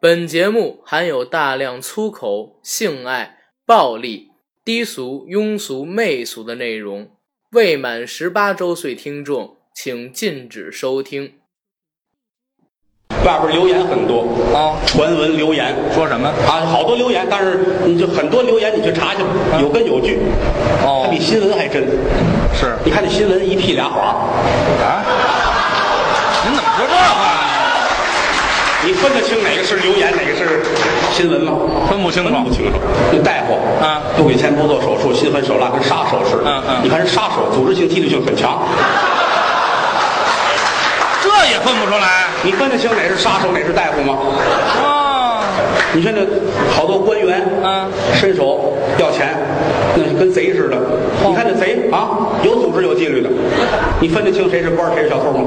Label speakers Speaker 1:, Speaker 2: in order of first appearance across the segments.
Speaker 1: 本节目含有大量粗口、性爱、暴力、低俗、庸俗、媚俗的内容，未满十八周岁听众请禁止收听。
Speaker 2: 外边留言很多
Speaker 3: 啊
Speaker 2: 传闻留言
Speaker 3: 说什么？
Speaker 2: 啊，好多留言，但是你就很多留言，你去查去吧，有根有据，
Speaker 3: 嗯哦
Speaker 2: 它比新闻还真。
Speaker 3: 是
Speaker 2: 你看这新闻一屁俩划，
Speaker 3: 啊？您怎么说这话
Speaker 2: 你分得清哪个是留言，哪个是新闻吗？
Speaker 3: 分不清楚
Speaker 2: 分不清楚。那大夫
Speaker 3: 啊
Speaker 2: 不给钱不做手术，心狠手辣跟杀手似的。
Speaker 3: 嗯嗯
Speaker 2: 你看人杀手组织性、纪律性很强，
Speaker 3: 呢？这也分不出来
Speaker 2: 你分得清哪是杀手，哪是大夫吗？
Speaker 3: 哦，
Speaker 2: 你看这好多官员
Speaker 3: 啊
Speaker 2: 伸手要钱，那是跟贼似的。你看这贼啊，有组织有纪律的，你分得清谁是官儿谁是小偷吗？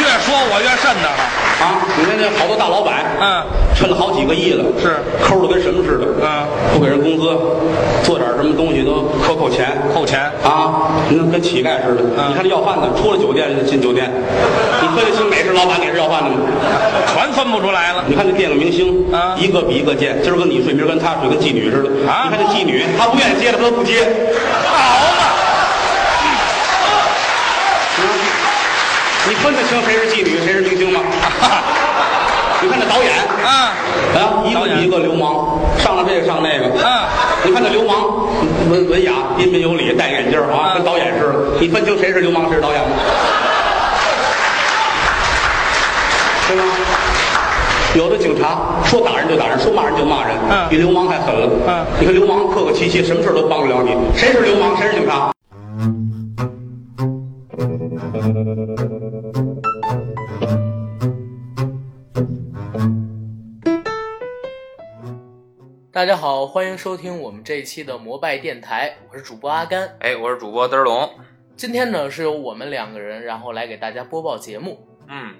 Speaker 3: 越说我越瘆得慌。
Speaker 2: 啊，你看这好多大老板，
Speaker 3: 嗯，
Speaker 2: 趁了好几个亿了，
Speaker 3: 是
Speaker 2: 抠的跟什么似的，
Speaker 3: 嗯，
Speaker 2: 不给人工资，做点什么东西都克扣钱，
Speaker 3: 扣钱
Speaker 2: 啊，你看跟乞丐似的。
Speaker 3: 嗯
Speaker 2: 你看这要饭的，出了酒店就进酒店，你分得清哪是老板，哪是要饭的吗？
Speaker 3: 全分不出来了。
Speaker 2: 你看这电影明星
Speaker 3: 啊
Speaker 2: 一个比一个贱，今儿跟你睡，明儿跟他睡，跟妓女似的。你
Speaker 3: 啊
Speaker 2: 看这妓女，她不愿意接的，她都不接。
Speaker 3: 好嘛，
Speaker 2: 你分得清谁是妓女，谁是明星吗？ 你看这导演
Speaker 3: 啊
Speaker 2: 啊，一
Speaker 3: 导
Speaker 2: 个
Speaker 3: 演
Speaker 2: 比一个流氓，上了这个上那个。
Speaker 3: 啊
Speaker 2: 你看这流氓文文雅、彬彬有礼，戴眼镜儿啊，
Speaker 3: 啊
Speaker 2: 跟导演似的。你分清谁是流氓，谁是导演吗？ 对吗？有的警察说打人就打人，说骂人就骂人，
Speaker 3: 嗯
Speaker 2: 比流氓还狠了。
Speaker 3: 嗯
Speaker 2: 你看流氓客客气气，什么事儿都帮不了你。谁是流氓，谁是警察？
Speaker 1: 大家好，欢迎收听我们这一期的摩拜电台，我是主播阿甘。
Speaker 4: 哎，我是主播嘚儿龙。
Speaker 1: 今天呢是由我们两个人，然后来给大家播报节目。
Speaker 4: 嗯，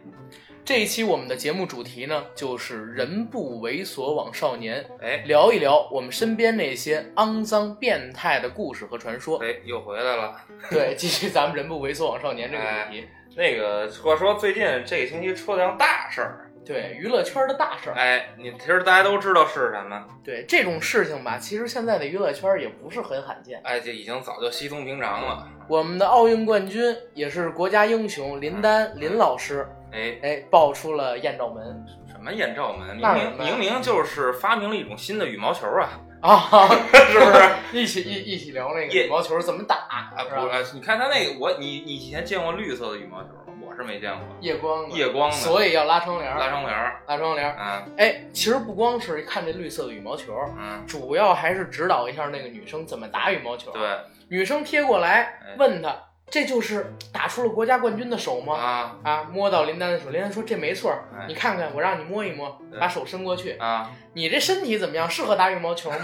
Speaker 1: 这一期我们的节目主题呢就是“人不猥琐枉少年”，
Speaker 4: 哎，
Speaker 1: 聊一聊我们身边那些肮脏、变态的故事和传说。
Speaker 4: 哎，又回来了。
Speaker 1: 对，继续咱们“人不猥琐枉少年”这个
Speaker 4: 哎
Speaker 1: 主题。
Speaker 4: 那个，话说最近这个星期出了件大事儿。
Speaker 1: 对娱乐圈的大事儿，
Speaker 4: 哎，你其实大家都知道是什么。
Speaker 1: 对这种事情吧，其实现在的娱乐圈也不是很罕见。
Speaker 4: 哎，这已经早就稀松平常了。
Speaker 1: 我们的奥运冠军也是国家英雄林
Speaker 4: 嗯
Speaker 1: 丹林老师，
Speaker 4: 哎，
Speaker 1: 哎，爆出了艳照门
Speaker 4: 什么艳照门？明
Speaker 1: 那什
Speaker 4: 明
Speaker 1: 么
Speaker 4: 明明就是发明了一种新的羽毛球啊，
Speaker 1: 啊，
Speaker 4: 是不是？
Speaker 1: 一起一一起聊那个
Speaker 4: 也
Speaker 1: 羽毛球怎么打，
Speaker 4: 啊，
Speaker 1: 是
Speaker 4: 不
Speaker 1: 吧？
Speaker 4: 是，你看他那个，我你你以前见过绿色的羽毛球吗？我是没见过。
Speaker 1: 夜光的
Speaker 4: 夜光的
Speaker 1: 所以要拉窗帘儿，
Speaker 4: 拉窗帘儿，
Speaker 1: 拉窗帘儿。
Speaker 4: 嗯
Speaker 1: 哎，其实不光是看这绿色的羽毛球，
Speaker 4: 嗯，
Speaker 1: 主要还是指导一下那个女生怎么打羽毛球。，
Speaker 4: 对
Speaker 1: 女生贴过来
Speaker 4: 哎嗯
Speaker 1: 问他，这就是打出了国家冠军的手吗？
Speaker 4: 啊
Speaker 1: 啊，摸到林丹的手，林丹说这没错儿，
Speaker 4: 哎嗯
Speaker 1: 你看看我让你摸一摸，
Speaker 4: 对
Speaker 1: 把手伸过去，
Speaker 4: 啊，
Speaker 1: 你这身体怎么样？适合打羽毛球吗？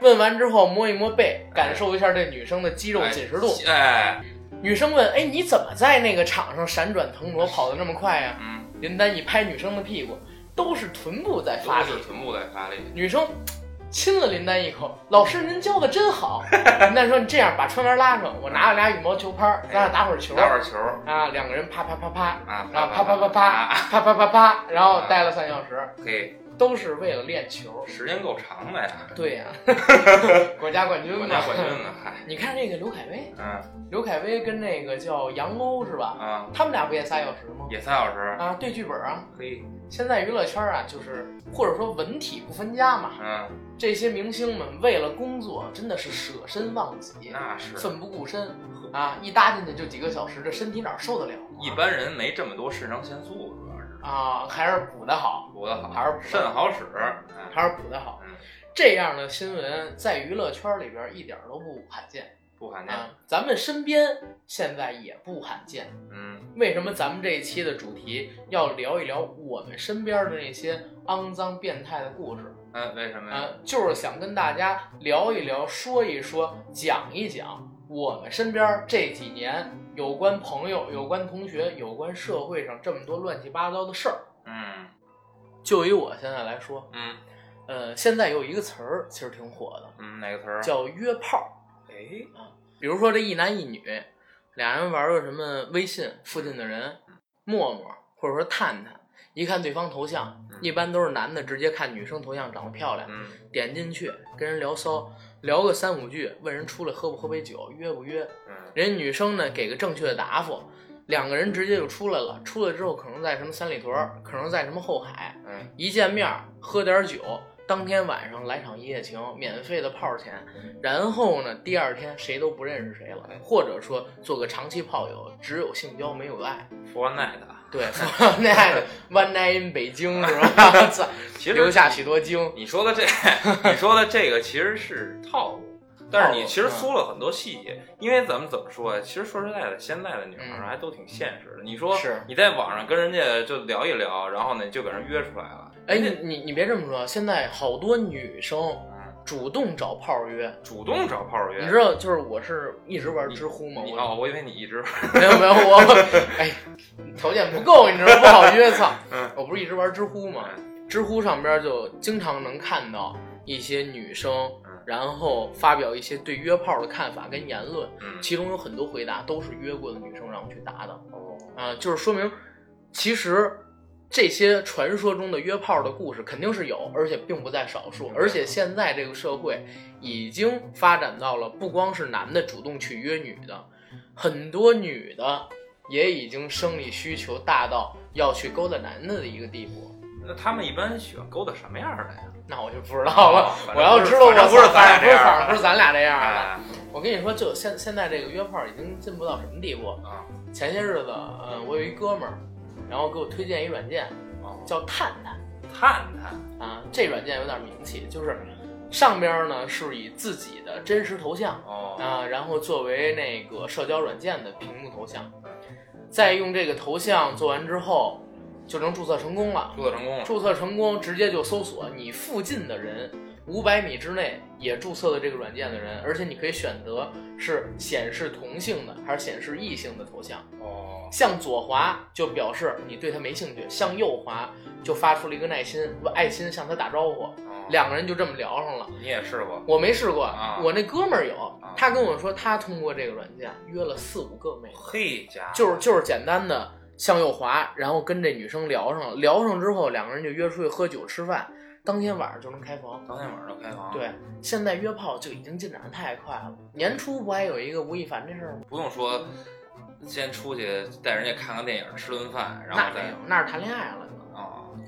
Speaker 1: 问完之后摸一摸背，感受一下这女生的肌肉紧实度。
Speaker 4: 哎，
Speaker 1: 女生问，哎，你怎么在那个场上闪转腾挪，跑得那么快呀、
Speaker 4: 哎嗯，
Speaker 1: 林丹一拍女生的屁股，都是臀部在发
Speaker 4: 都
Speaker 1: 力
Speaker 4: 是。臀部在发力。
Speaker 1: 女生亲了林丹一口，老师您教的真好。 林丹说：“你这样把窗帘拉上，我拿了俩羽毛球拍儿，咱俩打会儿球。
Speaker 4: 哎打会儿球
Speaker 1: 啊，两个人啪啪啪啪，
Speaker 4: 啊，
Speaker 1: 然后啪啪啪
Speaker 4: 啪啪
Speaker 1: 啪，啪啪啪啪，然后待了三小时，
Speaker 4: 可以，
Speaker 1: 都是为了练球。
Speaker 4: 时间够长的呀，
Speaker 1: 对 呀、国家冠军
Speaker 4: 国
Speaker 1: 嘛
Speaker 4: 家。冠军 呢，嗨，
Speaker 1: 你看这个刘恺威，
Speaker 4: 嗯
Speaker 1: 刘恺威跟那个叫杨欧是吧？
Speaker 4: 啊，
Speaker 1: 他们俩不也仨小时吗？
Speaker 4: 也三小时，
Speaker 1: 啊，对剧本啊。
Speaker 4: 可以，
Speaker 1: 现在娱乐圈啊，就是或者说文体不分家嘛，
Speaker 4: 嗯，
Speaker 1: 这些明星们为了工作真的是舍身忘己，
Speaker 4: 那是
Speaker 1: 奋不顾身啊！一搭进去就几个小时，这身体哪儿受得了啊？
Speaker 4: 一般人没这么多肾上腺素，主要是
Speaker 1: 啊，还是补的好，
Speaker 4: 补的好，
Speaker 1: 还是
Speaker 4: 肾好使，哎
Speaker 1: 还是补的好
Speaker 4: 嗯。
Speaker 1: 这样的新闻在娱乐圈里边一点都不罕见
Speaker 4: 不罕见，
Speaker 1: 啊，咱们身边现在也不罕见。
Speaker 4: 嗯，
Speaker 1: 为什么咱们这一期的主题要聊一聊我们身边的那些肮脏变态的故事？
Speaker 4: 哎，为什么呀？
Speaker 1: 嗯，就是想跟大家聊一聊、说一说、讲一讲我们身边这几年有关朋友、有关同学、有关社会上这么多乱七八糟的事儿。
Speaker 4: 嗯
Speaker 1: 就以我现在来说，
Speaker 4: 嗯
Speaker 1: 呃，现在有一个词儿其实挺火的，
Speaker 4: 嗯，哪个词儿？
Speaker 1: 叫约炮。啊
Speaker 4: 哎，
Speaker 1: 比如说这一男一女，俩人玩个什么微信附近的人、陌陌或者说探探，一看对方头像，
Speaker 4: 嗯
Speaker 1: 一般都是男的直接看女生头像长得漂亮，
Speaker 4: 嗯
Speaker 1: 点进去跟人聊骚，聊个三五句，问人出来喝不喝杯酒，约不约。
Speaker 4: 嗯
Speaker 1: 人家女生呢给个正确的答复，两个人直接就出来了。出来之后可能在什么三里屯儿，可能在什么后海，
Speaker 4: 嗯，
Speaker 1: 一见面儿喝点儿酒，当天晚上来场一夜情，免费的泡儿钱，
Speaker 4: 嗯
Speaker 1: 然后呢，第二天谁都不认识谁
Speaker 4: 哎
Speaker 1: 了，或者说做个长期炮友，只有性交没有爱。
Speaker 4: 嗯佛奈的。
Speaker 1: 对， 那爱的 One Night in 北京是吧？操
Speaker 4: 其实
Speaker 1: 留下许多经。
Speaker 4: 你 说的这，你说的这个其实是套路，但是你
Speaker 1: 嗯
Speaker 4: 其实缩了很多细节，因为咱们怎么说呀？啊其实说实在的，现在的女孩
Speaker 1: 嗯
Speaker 4: 儿还都挺现实的。你说
Speaker 1: 是
Speaker 4: 你在网上跟人家就聊一聊，然后呢就给人约出来了，
Speaker 1: 哎，
Speaker 4: 人
Speaker 1: 你
Speaker 4: 家
Speaker 1: 你你别这么说，现在好多女生
Speaker 4: 嗯
Speaker 1: 主动找炮儿约，
Speaker 4: 主动找炮友约，
Speaker 1: 你知道，就是我是一直玩知乎嘛，
Speaker 4: 你
Speaker 1: 我
Speaker 4: 哦，我以为你一直
Speaker 1: 没有没有，我 哎，条件不够，你知道不好约操。
Speaker 4: 嗯
Speaker 1: 我不是一直玩知乎吗？知乎上边就经常能看到一些女生
Speaker 4: 嗯，
Speaker 1: 然后发表一些对约炮的看法跟言论，
Speaker 4: 嗯
Speaker 1: 其中有很多回答都是约过的女生让我去答的
Speaker 4: 哦
Speaker 1: 啊、就是说明其实。这些传说中的约炮的故事肯定是有，而且并不在少
Speaker 4: 嗯
Speaker 1: 数。而且现在这个社会已经发展到了不光是男的主动去约女的，很多女的也已经生理需求大到要去勾搭男的的一个地步。
Speaker 4: 嗯那他们一般喜欢勾搭什么样的呀？
Speaker 1: 那我就不知道了
Speaker 4: 哦。反正
Speaker 1: 我要
Speaker 4: 不是
Speaker 1: 知道我
Speaker 4: 反正不是咱俩
Speaker 1: 不是
Speaker 4: 这样
Speaker 1: 不是咱俩这样的。
Speaker 4: 哎
Speaker 1: 我跟你说，就现现在这个约炮已经进步到什么地步？
Speaker 4: 啊，
Speaker 1: 前些日子，呃，我有一哥们儿，然后给我推荐一软件
Speaker 4: 哦
Speaker 1: 叫探探
Speaker 4: 探探，
Speaker 1: 啊，这软件有点名气，就是上边儿呢是以自己的真实头像
Speaker 4: 哦，
Speaker 1: 啊，然后作为那个社交软件的屏幕头像，再用这个头像做完之后，就能注册成功了。
Speaker 4: 注册成功了，
Speaker 1: 注册成功，直接就搜索你附近的人，五百米之内也注册了这个软件的人，而且你可以选择是显示同性的还是显示异性的头像。
Speaker 4: 哦，
Speaker 1: 向左滑就表示你对他没兴趣，向右滑就发出了一个耐心不爱心向他打招呼，
Speaker 4: 哦
Speaker 1: 两个人就这么聊上了。
Speaker 4: 你也试过，
Speaker 1: 我没试过，
Speaker 4: 啊
Speaker 1: 我那哥们儿有
Speaker 4: 啊，
Speaker 1: 他跟我说他通过这个软件约了四五个妹子，
Speaker 4: 嘿家伙，
Speaker 1: 就是就是简单的向右滑，然后跟这女生聊上了，聊上之后两个人就约出去喝酒吃饭，当天晚上就能开房。
Speaker 4: 当天晚上就开房，，
Speaker 1: 对，现在约炮就已经进展得太快了。年初不还有一个吴亦凡这事儿吗？
Speaker 4: 不用说，先出去带人家看看电影，吃顿饭，然
Speaker 1: 那
Speaker 4: 后
Speaker 1: 没
Speaker 4: 再
Speaker 1: 有，那是谈恋爱了就。
Speaker 4: 啊、
Speaker 1: 嗯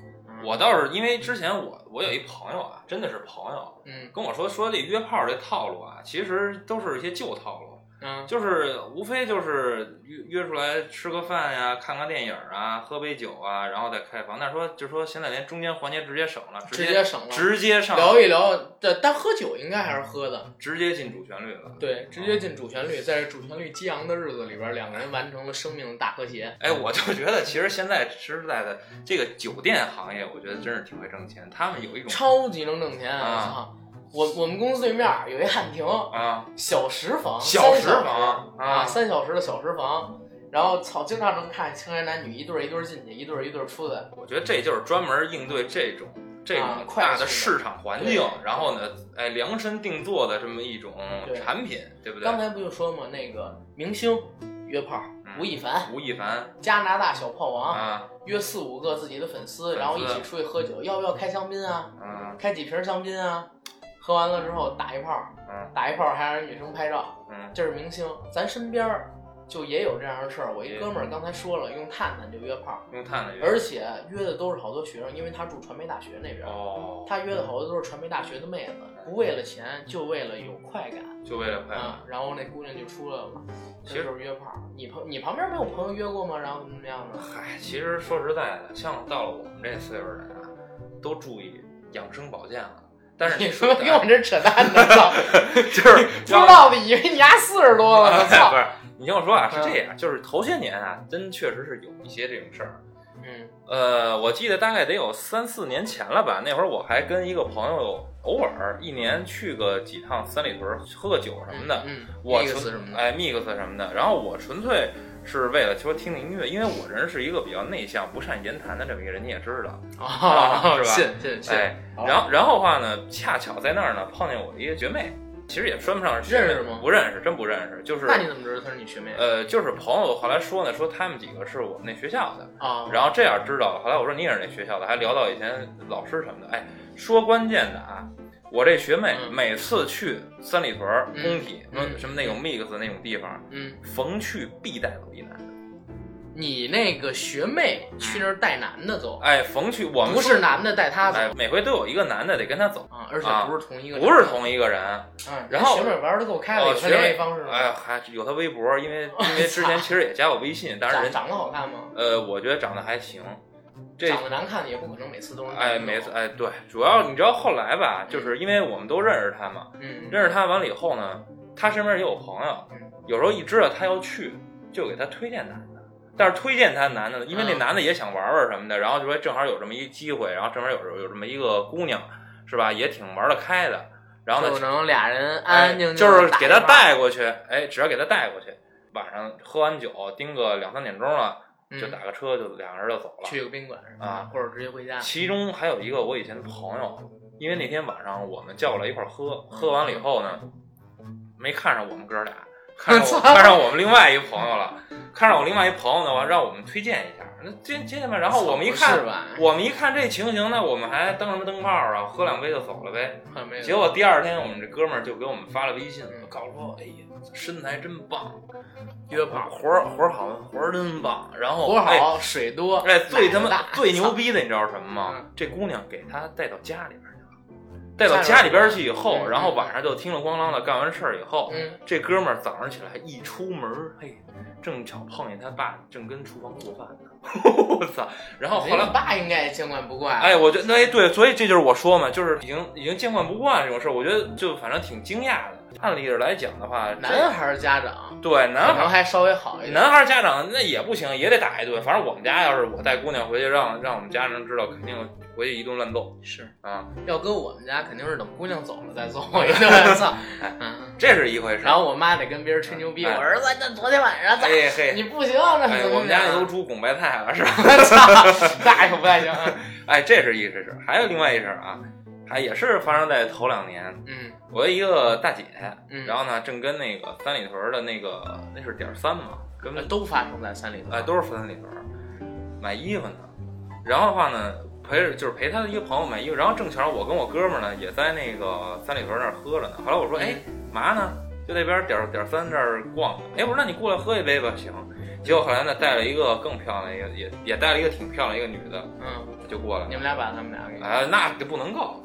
Speaker 4: 我倒是因为之前我我有一朋友啊，真的是朋友
Speaker 1: 嗯
Speaker 4: 跟我说说这约炮这套路啊，其实都是一些旧套路。
Speaker 1: 嗯
Speaker 4: 就是无非就是约约出来吃个饭呀，看个电影啊，喝杯酒啊，然后再开房。那说就说现在连中间环节直接省了，
Speaker 1: 直
Speaker 4: 接直
Speaker 1: 接省了
Speaker 4: 直接上嗯
Speaker 1: 聊一聊，对，但喝酒应该还是喝的，
Speaker 4: 直接进主旋律了。啊
Speaker 1: 对，直接进主旋律，在这主旋律激昂的日子里边，两个人完成了生命的大和谐。
Speaker 4: 哎，我就觉得其实现在实实在在这个酒店行业，我觉得真是挺会挣钱。他们有一种
Speaker 1: 超级能挣钱我
Speaker 4: 嗯啊
Speaker 1: 操！我我们公司对面有一汉庭，
Speaker 4: 啊
Speaker 1: 小时房，
Speaker 4: 小
Speaker 1: 三
Speaker 4: 时
Speaker 1: 小
Speaker 4: 房
Speaker 1: 啊，
Speaker 4: 啊
Speaker 1: 三小时的小时房，然后操，经常能看青年男女一对儿一对儿进去，一对儿一对儿出来，
Speaker 4: 我觉得这就是专门应对这种这
Speaker 1: 啊
Speaker 4: 种
Speaker 1: 快
Speaker 4: 大的
Speaker 1: 速的
Speaker 4: 市场环境
Speaker 1: 对，
Speaker 4: 然后呢，哎，量身定做的这么一种
Speaker 1: 对
Speaker 4: 产品，对不对？
Speaker 1: 刚才不就说嘛，那个明星约炮，吴亦凡，
Speaker 4: 吴亦凡
Speaker 1: 加拿大小炮王，
Speaker 4: 嗯啊，
Speaker 1: 约四五个自己的粉丝，
Speaker 4: 粉丝
Speaker 1: 然后一起出去喝酒，要不要开香槟啊？
Speaker 4: 嗯
Speaker 1: 开几瓶香槟啊？喝完了之后打一炮，
Speaker 4: 嗯
Speaker 1: 打一炮还让人女生拍照，
Speaker 4: 嗯，
Speaker 1: 这是明星。咱身边儿就也有这样的事儿，我一
Speaker 4: 也
Speaker 1: 哥们儿刚才说了，用探探就约炮，
Speaker 4: 用探的
Speaker 1: 而且约的都是好多学生，因为他住传媒大学那边儿，
Speaker 4: 哦，
Speaker 1: 他约的好多都是传媒大学的妹子，不为了钱，就为了有快感
Speaker 4: 就为了快乐。
Speaker 1: 啊。然后那姑娘就出来了，
Speaker 4: 其实
Speaker 1: 这就是约炮。你朋你旁边没有朋友约过吗？然后怎么怎么样 的？
Speaker 4: 嗨，其实说实在的，像到了我们这岁数的人啊，都注意养生保健了。但是
Speaker 1: 你
Speaker 4: 说
Speaker 1: 说跟我这扯淡呢？操，
Speaker 4: 就是
Speaker 1: 不知道的以为你丫四十 多哦了，我
Speaker 4: 哎不
Speaker 1: 操！
Speaker 4: 是，你听我说啊，是这样，就是头些年啊，真确实是有一些这种事儿。
Speaker 1: 嗯
Speaker 4: 呃，我记得大概得有三四年前了吧，那会儿我还跟一个朋友偶尔一年去个几趟三里屯儿喝个酒什么的，
Speaker 1: 嗯，
Speaker 4: 我
Speaker 1: 意
Speaker 4: 纯
Speaker 1: 思什么的，
Speaker 4: 哎，mix 什么的。然后我纯粹是为了说听听音乐，因为我这人是一个比较内向、不善言谈的这么一个人，你也知道。
Speaker 1: 哦
Speaker 4: 是吧哎
Speaker 1: 信信信，哦
Speaker 4: 哎，然后然后的话呢，恰巧在那儿呢碰见我一个学妹，其实也说不上是
Speaker 1: 认识吗
Speaker 4: 不认识，真不认识，就是
Speaker 1: 那你怎么知道她是你学妹？啊
Speaker 4: 呃，就是朋友后来说呢，说他们几个是我们那学校的，
Speaker 1: 啊，
Speaker 4: 然后这样知道了。后来我说你也是那学校的，还聊到以前老师什么的。哎，说关键的啊，我这学妹
Speaker 1: 嗯
Speaker 4: 每次去三里屯儿、
Speaker 1: 嗯
Speaker 4: 工体、
Speaker 1: 嗯
Speaker 4: 什么那种 mix 那种地方，
Speaker 1: 嗯，
Speaker 4: 逢去必带走一男的。
Speaker 1: 你那个学妹去那儿带男的走，啊
Speaker 4: 哎，逢去我们
Speaker 1: 不是
Speaker 4: 说，
Speaker 1: 男的带她走
Speaker 4: 哎，每回都有一个男的得跟他走，
Speaker 1: 啊，而且
Speaker 4: 啊
Speaker 1: 不是同一个，
Speaker 4: 不是，同一个人。
Speaker 1: 嗯，
Speaker 4: 然后
Speaker 1: 学妹玩的够开了，
Speaker 4: 哦，
Speaker 1: 有她
Speaker 4: 学
Speaker 1: 联
Speaker 4: 妹
Speaker 1: 系方式吗？哦
Speaker 4: 哎，还有他微博，因为因为之前其实也加我微信，但是
Speaker 1: 长
Speaker 4: 人
Speaker 1: 长得好看吗？
Speaker 4: 呃，我觉得长得还行。这
Speaker 1: 长得难看的也不可能每次都是男的
Speaker 4: 哎，
Speaker 1: 走
Speaker 4: 每次哎，对，主要你知道后来吧，就是因为我们都认识他嘛，
Speaker 1: 嗯，
Speaker 4: 认识他完了以后呢，他身边也有朋友
Speaker 1: 嗯，
Speaker 4: 有时候一知道他要去，就给他推荐男的。但是推荐他男的呢，因为那
Speaker 1: 嗯
Speaker 4: 男的也想玩玩什么的，然后就说正好有这么一机会，然后正好有有这么一个姑娘，是吧？也挺玩得开的。然后
Speaker 1: 就
Speaker 4: 呢，
Speaker 1: 能俩人
Speaker 4: 哎
Speaker 1: 安安静静地
Speaker 4: 就是给他
Speaker 1: 打一
Speaker 4: 带过去，哎，只要给他带过去，晚上喝完酒，盯个两三点钟了，
Speaker 1: 块儿，
Speaker 4: 就
Speaker 1: 嗯
Speaker 4: 打个车就两个人就走了。
Speaker 1: 去个宾馆是吧
Speaker 4: 啊
Speaker 1: 或者直接回家。
Speaker 4: 其中还有一个我以前的朋友，因为那天晚上我们叫过来一块儿喝，喝完了以后呢，没看上我们 哥俩，看上我
Speaker 1: 操
Speaker 4: 看上我们另外一朋友了，看上我另外一朋友呢，我让我们推荐一下，那接接下来，然后啊我们一
Speaker 1: 不是
Speaker 4: 看，
Speaker 1: 吧，
Speaker 4: 我们一看这情形呢，我们还灯什么灯泡啊，喝两杯就走了呗。
Speaker 1: 看没有
Speaker 4: 结果第二天，我们这哥们儿就给我们发了微信
Speaker 1: 嗯，
Speaker 4: 告诉说，哎呀，身材真棒，
Speaker 1: 约炮
Speaker 4: 活儿活儿好，活儿真棒。然后
Speaker 1: 活
Speaker 4: 哎
Speaker 1: 好水 多，
Speaker 4: 哎，最他
Speaker 1: 奶
Speaker 4: 妈
Speaker 1: 大
Speaker 4: 最牛逼的，你知道是什么吗
Speaker 1: 嗯？
Speaker 4: 这姑娘给他带到家里边去了，带到家里边去以后，
Speaker 1: 嗯
Speaker 4: 然后晚上就听了咣啷的干完事儿以后，
Speaker 1: 嗯
Speaker 4: 这哥们儿早上起来一出门儿，嘿，正巧碰见他爸正跟厨房做饭呢， 我操！然后后
Speaker 1: 人家
Speaker 4: 来。
Speaker 1: 哦爸应该也见怪不怪。啊
Speaker 4: 哎，我觉得哎对，所以这就是我说嘛，就是已经已经见惯不惯这种事儿，我觉得就反正挺惊讶的。按理来讲的话，这
Speaker 1: 男孩儿家长
Speaker 4: 对
Speaker 1: 可
Speaker 4: 男孩
Speaker 1: 能还稍微好一点，
Speaker 4: 男孩家长那也不行，也得打一顿。反正我们家要是我带姑娘回去让，让我们家人知道，肯定回去一顿乱揍
Speaker 1: 是
Speaker 4: 啊！
Speaker 1: 要搁我们家肯定是等姑娘走了再揍 我一顿，操！嗯
Speaker 4: 这是一回事。
Speaker 1: 然后我妈得跟别人吹牛逼，
Speaker 4: 哎
Speaker 1: 我儿子那昨天晚上咋？
Speaker 4: 哎嘿，
Speaker 1: 你不行，啊那
Speaker 4: 哎，
Speaker 1: 怎么
Speaker 4: 我们家
Speaker 1: 讲
Speaker 4: 都煮拱白菜了，是吧？
Speaker 1: 操，那可不太行啊。
Speaker 4: 哎，这是一回事。还有另外一事儿啊，还也是发生在头两年。
Speaker 1: 嗯
Speaker 4: 我有一个大姐，
Speaker 1: 嗯，
Speaker 4: 然后呢，正跟那个三里屯的那个那是点儿三嘛，跟
Speaker 1: 呃都发生在三里屯，
Speaker 4: 哎，都是分里屯儿买衣服呢。然后的话呢，陪着就是陪他的一个朋友买衣服，然后正巧我跟我哥们儿呢也在那个三里屯那儿喝着呢。后来
Speaker 1: 嗯
Speaker 4: 我说，哎，嘛呢？就那边点儿点儿三这儿逛呢。哎，我说那你过来喝一杯吧，行。
Speaker 1: 嗯
Speaker 4: 结果后来呢，带了一个更漂亮，也也也带了一个挺漂亮一个女的，
Speaker 1: 嗯，
Speaker 4: 就过来
Speaker 1: 你
Speaker 4: 了。
Speaker 1: 们俩把他们俩给
Speaker 4: 哎，那这不能够，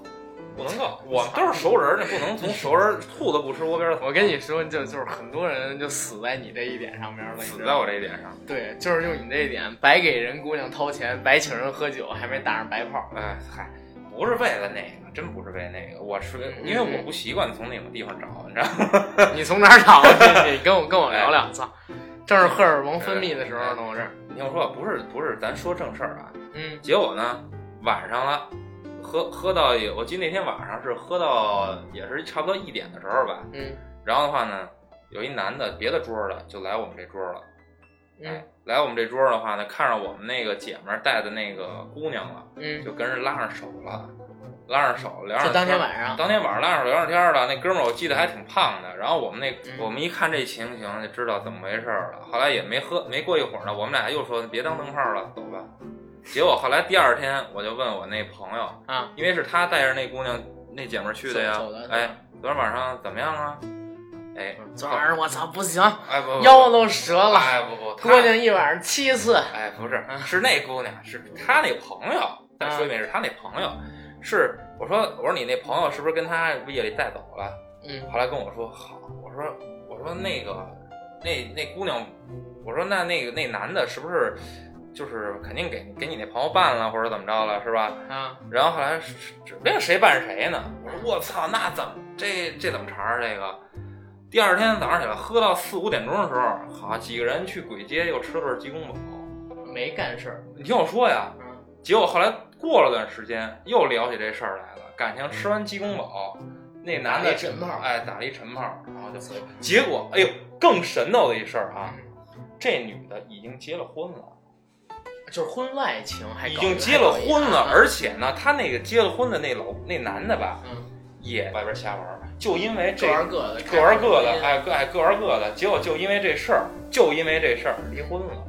Speaker 4: 不 能够，我们都是熟人儿，这不能从熟人儿兔子不吃窝边儿草。
Speaker 1: 我跟你说，就就是很多人就死在你这一点上面了，你
Speaker 4: 死
Speaker 1: 知
Speaker 4: 在
Speaker 1: 道吗
Speaker 4: 我这一点上，
Speaker 1: 对，就是用你这一点，白给人姑娘掏钱，白请人喝酒，还没打上白炮。
Speaker 4: 哎嗨，不是为了那个，真不是为那个，我是
Speaker 1: 嗯
Speaker 4: 因为我不习惯从那种地方找，你知道吗？
Speaker 1: 你从哪儿找的？ 你跟我跟我聊聊，操！正是荷尔蒙分泌的时候呢，我这，
Speaker 4: 你听我说，不是不是，咱说正事儿啊。
Speaker 1: 嗯
Speaker 4: 结果呢，晚上了，喝喝到也，我记得那天晚上是喝到也是差不多一点的时候吧。
Speaker 1: 嗯
Speaker 4: 然后的话呢，有一男的别的桌儿的就来我们这桌儿了，哎
Speaker 1: 嗯，
Speaker 4: 来我们这桌儿的话呢，看上我们那个姐们儿带的那个姑娘了，
Speaker 1: 嗯，
Speaker 4: 就跟人拉上手了，拉上手聊上
Speaker 1: 就当天
Speaker 4: 天
Speaker 1: 晚上
Speaker 4: 当天晚上拉上聊上天儿了，那哥们儿我记得还挺胖的。然后我们那、
Speaker 1: 嗯
Speaker 4: 我们一看这情形就知道怎么回事儿了。后来也没喝，没过一会儿呢，我们俩又说别当灯泡了，走吧。结果后来第二天我就问我那朋友，
Speaker 1: 啊，
Speaker 4: 因为是他带着那姑娘那姐们儿去的呀
Speaker 1: 走走的，嗯
Speaker 4: 哎，昨天晚上怎么样啊？哎，
Speaker 1: 昨晚上我哦操不行，
Speaker 4: 哎不不
Speaker 1: 腰都折了，
Speaker 4: 哎不不，他
Speaker 1: 姑娘一晚上七次，
Speaker 4: 哎，不是，是那姑娘，是她那朋友。再说一遍，是她那朋友。是我说，我说你那朋友是不是跟她夜里带走了？
Speaker 1: 嗯
Speaker 4: 后来跟我说好，我说我说那个那那姑娘，我说那那个那男的是不是就是肯定给给你那朋友办了或者怎么着了是吧？
Speaker 1: 啊，
Speaker 4: 然后后来是指不定谁办谁呢。我说我操，那怎么这这怎么查啊？这个？第二天早上起来喝到四五点钟的时候，好几个人去簋街又吃了顿鸡公煲。
Speaker 1: 没干事儿，
Speaker 4: 你听我说呀，
Speaker 1: 嗯
Speaker 4: 结果后来过了段时间，又聊起这事儿来了。感情吃完鸡公煲，那男
Speaker 1: 打
Speaker 4: 的
Speaker 1: 了一晨炮
Speaker 4: 哎，打了一晨炮，然后就回。结果，哎呦，更神叨的一事儿啊，这女的已经结了婚了，
Speaker 1: 就是婚外情，还搞
Speaker 4: 已经结了婚了，哎
Speaker 1: 还搞一
Speaker 4: 而且呢，她那个结了婚的那老那男的吧，
Speaker 1: 嗯
Speaker 4: 也外边瞎玩儿，就因为这
Speaker 1: 各玩各的，
Speaker 4: 各玩各
Speaker 1: 开
Speaker 4: 的，
Speaker 1: 房
Speaker 4: 哎各哎各玩各的，结果就因为这事儿，就因为这事儿离婚了。
Speaker 1: 间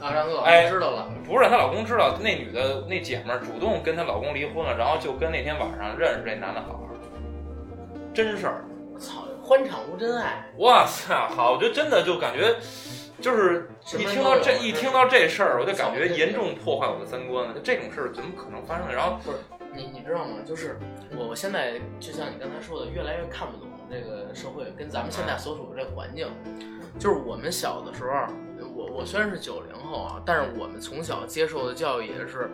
Speaker 1: 啊，让她老
Speaker 4: 哎
Speaker 1: 公知道了，
Speaker 4: 不是她老公知道，那女的那姐们儿主动跟她老公离婚了，然后就跟那天晚上认识这男的好好的，真事儿。
Speaker 1: 操，欢场无真爱，
Speaker 4: 哇塞，好，我就真的就感觉，就是
Speaker 1: 什么
Speaker 4: 一
Speaker 1: 人
Speaker 4: 听
Speaker 1: 都
Speaker 4: 到
Speaker 1: 有
Speaker 4: 这
Speaker 1: 是吧
Speaker 4: 一听到这事儿，我就感觉严重破坏我的三观了。就这种事儿怎么可能发生？然后
Speaker 1: 你你知道吗？就是我我现在就像你刚才说的，越来越看不懂这个社会跟咱们现在所处的这个环境。就是我们小的时候，我我虽然是九零后啊，但是我们从小接受的教育也是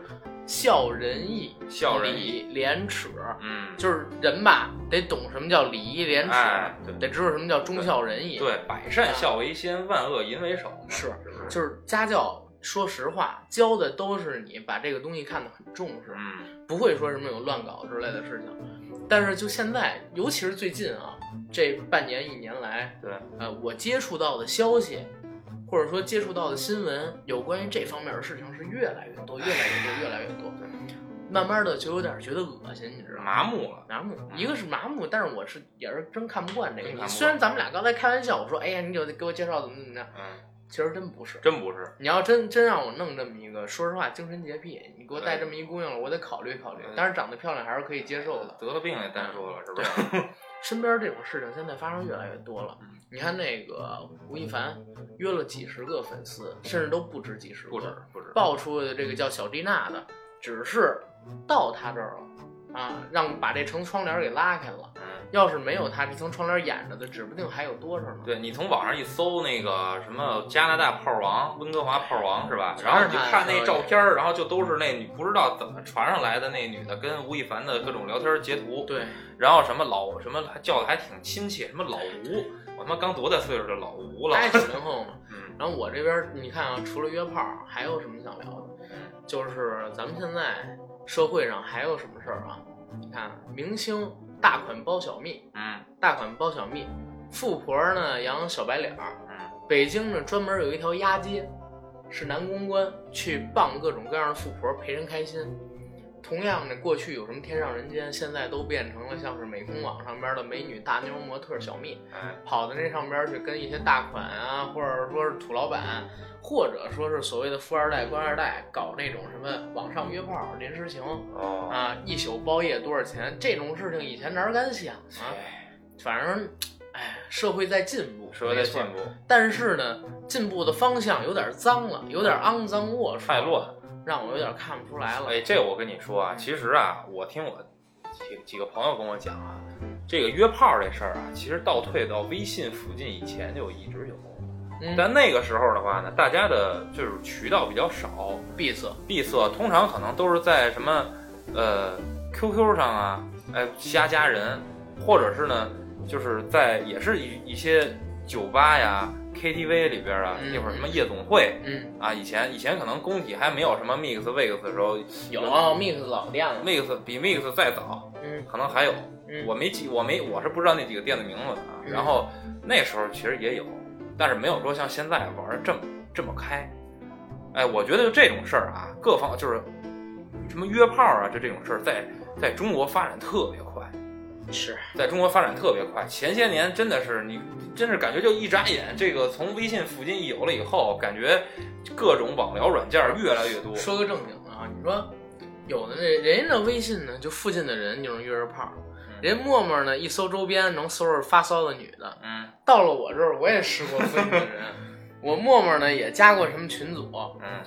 Speaker 1: 孝仁义、
Speaker 4: 孝仁
Speaker 1: 义、廉耻，
Speaker 4: 嗯，
Speaker 1: 就是人吧得懂什么叫礼义廉耻，
Speaker 4: 哎对
Speaker 1: 得知道什么叫忠孝仁义。
Speaker 4: 对，百善孝为先，万恶淫为首。
Speaker 1: 是
Speaker 4: 是不是？
Speaker 1: 就是家教。说实话，教的都是你把这个东西看得很重视，
Speaker 4: 嗯
Speaker 1: 不会说什么有乱搞之类的事情。但是就现在，尤其是最近啊，这半年一年来，
Speaker 4: 对，
Speaker 1: 呃，我接触到的消息，或者说接触到的新闻，有关于这方面的事情是越来越多，越来越多，越来越多，慢慢的就有点觉得恶心，你知道吗？
Speaker 4: 麻木了。
Speaker 1: 麻木，一个是麻木，但是我是也是真看不惯这
Speaker 4: 真
Speaker 1: 个。
Speaker 4: 看不惯
Speaker 1: 虽然咱们俩刚才开玩笑，我说，哎呀，你就给我介绍怎么怎么样，
Speaker 4: 嗯，
Speaker 1: 其实真不是。
Speaker 4: 真不是。
Speaker 1: 你要真真让我弄这么一个，说实话，精神洁癖，你给我带
Speaker 4: 对
Speaker 1: 这么一姑娘了，我得考虑考虑
Speaker 4: 嗯。
Speaker 1: 但是长得漂亮还是可以接受的。
Speaker 4: 得了病也单说了，是不是？
Speaker 1: 身边这种事情现在发生越来越多了
Speaker 4: 嗯。
Speaker 1: 你看那个吴亦凡约了几十个粉丝，甚至都不止几十
Speaker 4: 不止
Speaker 1: 个，
Speaker 4: 不止。
Speaker 1: 爆出的这个叫小丽娜的，只是到他这儿了啊，让把这层窗帘给拉开了。
Speaker 4: 嗯，
Speaker 1: 要是没有他这层窗帘掩着的，指不定还有多少呢。
Speaker 4: 对你从网上一搜那个什么加拿大炮王、温哥华炮王是
Speaker 1: 嗯
Speaker 4: 吧？
Speaker 1: 全是
Speaker 4: 然后你就
Speaker 1: 他的嗯
Speaker 4: 看
Speaker 1: 消
Speaker 4: 那
Speaker 1: 息
Speaker 4: 照片儿，然后就都是那女不知道怎么传上来的那女的跟吴亦凡的各种聊天截图，
Speaker 1: 对，
Speaker 4: 然后什么老什么还叫的还挺亲切，什么老吴，我他妈刚多大岁数就老吴了
Speaker 1: 他，也九零后嘛。
Speaker 4: 嗯
Speaker 1: 然后我这边儿你看啊，除了约炮儿，还有什么想聊的？就是咱们现在社会上还有什么事儿啊？你看，明星大款包小蜜，
Speaker 4: 嗯
Speaker 1: 大款包小蜜，富婆呢养小白脸儿。
Speaker 4: 嗯，
Speaker 1: 北京呢专门有一条鸭街，是男公关去傍各种各样的富婆陪人开心。同样呢，过去有什么天上人间，现在都变成了像是美空网上边的美女大妞模特小蜜。
Speaker 4: 哎，
Speaker 1: 跑到那上边儿去跟一些大款啊，或者说是土老板，或者说是所谓的富二代、官二代搞那种什么网上约炮、临时情
Speaker 4: 哦，
Speaker 1: 啊，一宿包夜多少钱这种事情，以前哪儿敢想啊？
Speaker 4: 哎
Speaker 1: 反正，哎，社会在进步，
Speaker 4: 社会在
Speaker 1: 没错
Speaker 4: 进，步，
Speaker 1: 但是呢，进步的方向有点脏了，有点肮脏龌龊，
Speaker 4: 嗯太乱。
Speaker 1: 让我有点看不出来了。
Speaker 4: 哎，这我跟你说啊，其实啊，我听我几几个朋友跟我讲啊，这个约炮这事儿啊，其实倒退到微信附近以前就一直有，
Speaker 1: 嗯，
Speaker 4: 但那个时候的话呢，大家的就是渠道比较少，
Speaker 1: 闭塞，
Speaker 4: 闭塞，通常可能都是在什么呃 QQ 上啊，哎瞎加人，或者是呢，就是在也是一一些酒吧呀、KTV 里边啊，
Speaker 1: 嗯
Speaker 4: 那会儿什么夜总会
Speaker 1: 嗯，
Speaker 4: 啊，以前以前可能工体还没有什么 Mix、Wix 的时候
Speaker 1: 有 mix 老店了，
Speaker 4: ，Mix 比 Mix 再早，
Speaker 1: 嗯
Speaker 4: 可能还有，
Speaker 1: 嗯，
Speaker 4: 我没记，我没我是不知道那几个店的名字的啊。
Speaker 1: 嗯
Speaker 4: 然后那时候其实也有，但是没有说像现在玩儿这么这么开。哎，我觉得就这种事儿啊，各方就是什么约炮啊，就这种事儿，在在中国发展特别快，
Speaker 1: 是，
Speaker 4: 在中国发展特别快。前些年真的是你，真是感觉就一眨眼，这个从微信附近有了以后，感觉各种网聊软件越来越多。嗯
Speaker 1: 说个正经的啊，你说有的那人家那微信呢，就附近的人就能约着炮，人家陌陌呢一搜周边能搜着发骚的女的，
Speaker 4: 嗯
Speaker 1: 到了我这儿我也试过附近的人， 我陌陌呢也加过什么群组，
Speaker 4: 嗯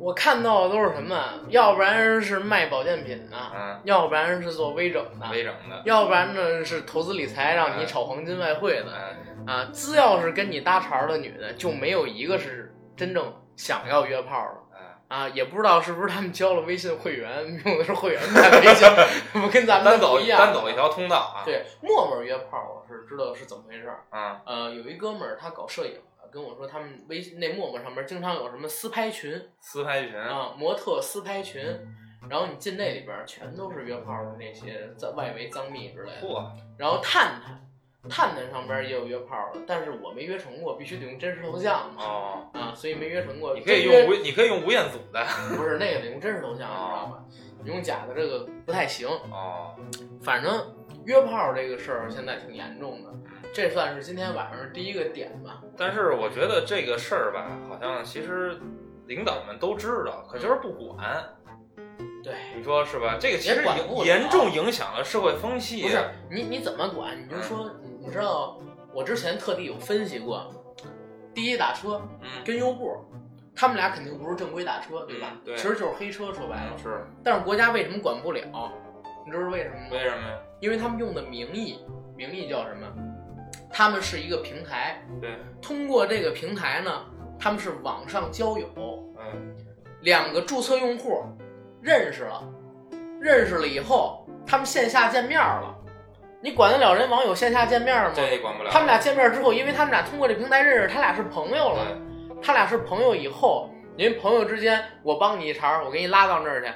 Speaker 1: 我看到的都是什么，要不然是卖保健品的，
Speaker 4: 嗯，
Speaker 1: 要不然是做微整的。
Speaker 4: 微整嗯的，
Speaker 1: 要不然呢是投资理财让你炒黄金外汇的
Speaker 4: 嗯
Speaker 1: 啊，只要是跟你搭茬儿的女的，就没有一个是真正想要约炮的。
Speaker 4: 嗯。
Speaker 1: 啊，也不知道是不是他们交了微信会员， 用的是会员办微信，不跟咱们
Speaker 4: 单
Speaker 1: 的
Speaker 4: 走
Speaker 1: 不一样。
Speaker 4: 单走一。条通道啊。
Speaker 1: 对，陌陌约炮我是知道是怎么回事儿。
Speaker 4: 啊，
Speaker 1: 呃，有一哥们儿他搞摄影的，跟我说他们微信那陌陌上面经常有什么私拍群
Speaker 4: 私拍群，
Speaker 1: 啊，模特私拍群，
Speaker 4: 嗯
Speaker 1: 然后你进那里边儿全都是约炮的那些在外围脏蜜之类的。
Speaker 4: 嚯，
Speaker 1: 然后探探，探探上边儿也有约炮的，但是我没约成过，必须得用真实头像嘛。
Speaker 4: 哦，
Speaker 1: 啊，所以没约成过。
Speaker 4: 你可以
Speaker 1: 真约
Speaker 4: 用吴，你可以用吴彦祖的，
Speaker 1: 不是
Speaker 4: 哦
Speaker 1: 那个得用真实头像，你知道吗？你用假的这个不太行。
Speaker 4: 哦，
Speaker 1: 反正约炮这个事儿现在挺严重的，这算是今天晚上第一个点吧。
Speaker 4: 但是我觉得这个事儿吧，好像其实领导们都知道，可就是不管，
Speaker 1: 对，
Speaker 4: 你说是吧？这个其实
Speaker 1: 也管不了
Speaker 4: 影严重影响了社会风气
Speaker 1: 不。是你你怎么管？你就说，
Speaker 4: 嗯
Speaker 1: 你知道我之前特地有分析过，第一打车
Speaker 4: 嗯，
Speaker 1: 跟优步，他们俩肯定不是正规打车，对吧？
Speaker 4: 嗯对
Speaker 1: 其实就是黑车，说白了。
Speaker 4: 是
Speaker 1: 但是国家为什么管不了？你知道是为什么吗？
Speaker 4: 为什么呀？
Speaker 1: 因为他们用的名义，名义叫什么？他们是一个平台，
Speaker 4: 对，
Speaker 1: 通过这个平台呢，他们是网上交友，
Speaker 4: 嗯，
Speaker 1: 两个注册用户认识了，认识了以后，他们线下见面了。你管得了人网友线下见面吗？
Speaker 4: 这也管不了。
Speaker 1: 他们俩见面之后，因为他们俩通过这平台认识，他俩是朋友了。
Speaker 4: 对
Speaker 1: 他俩是朋友以后，您朋友之间，我帮你一茬儿，我给你拉到那儿去。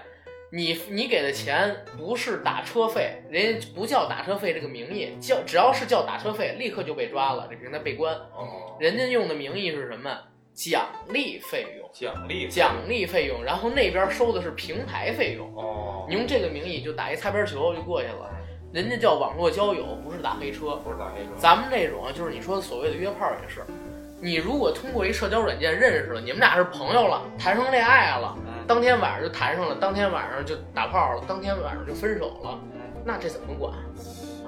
Speaker 1: 你你给的钱不是打车费，人家不叫打车费这个名义，叫只要是叫打车费，立刻就被抓了，这平台被关。
Speaker 4: 哦，
Speaker 1: 人家用的名义是什么？奖励费用，
Speaker 4: 奖励
Speaker 1: 奖励费用，然后那边收的是平台费用。
Speaker 4: 哦，
Speaker 1: 你用这个名义就打一擦边球就过去了，人家叫网络交友，不是打黑车。
Speaker 4: 不是打黑车，
Speaker 1: 咱们这种啊，就是你说所谓的约炮也是，你如果通过一社交软件认识了，你们俩是朋友了，谈上恋爱了，
Speaker 4: 嗯
Speaker 1: 当天晚上就谈上了，当天晚上就打炮了，当天晚上就分手了，那这怎么管？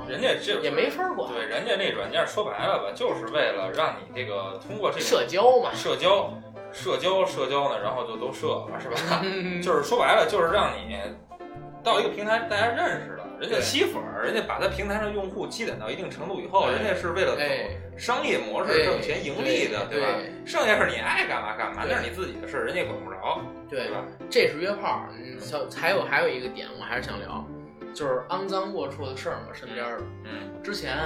Speaker 4: 人家这
Speaker 1: 也没法管，
Speaker 4: 对，人家那软件说白了吧，就是为了让你这个通过这个
Speaker 1: 社交嘛，
Speaker 4: 社交社交社交呢，然后就都社了，是吧？
Speaker 1: 嗯
Speaker 4: 就是说白了，就是让你到一个平台大家认识了，人家
Speaker 1: 对
Speaker 4: 吸粉儿，人家把他平台上用户积攒到一定程度以后，
Speaker 1: 哎
Speaker 4: 人家是为了
Speaker 1: 哎
Speaker 4: 走商业模式
Speaker 1: 对
Speaker 4: 挣钱盈利的，
Speaker 1: 对
Speaker 4: 对吧
Speaker 1: 对？
Speaker 4: 剩下是你爱干嘛干嘛，
Speaker 1: 对
Speaker 4: 那是你自己的事儿，人家也管不着，
Speaker 1: 对
Speaker 4: 对吧？
Speaker 1: 这是约炮。嗯，小还有还有一个点，我还是想聊，就是肮脏龌龊的事儿嘛，身边儿的
Speaker 4: 嗯
Speaker 1: 之前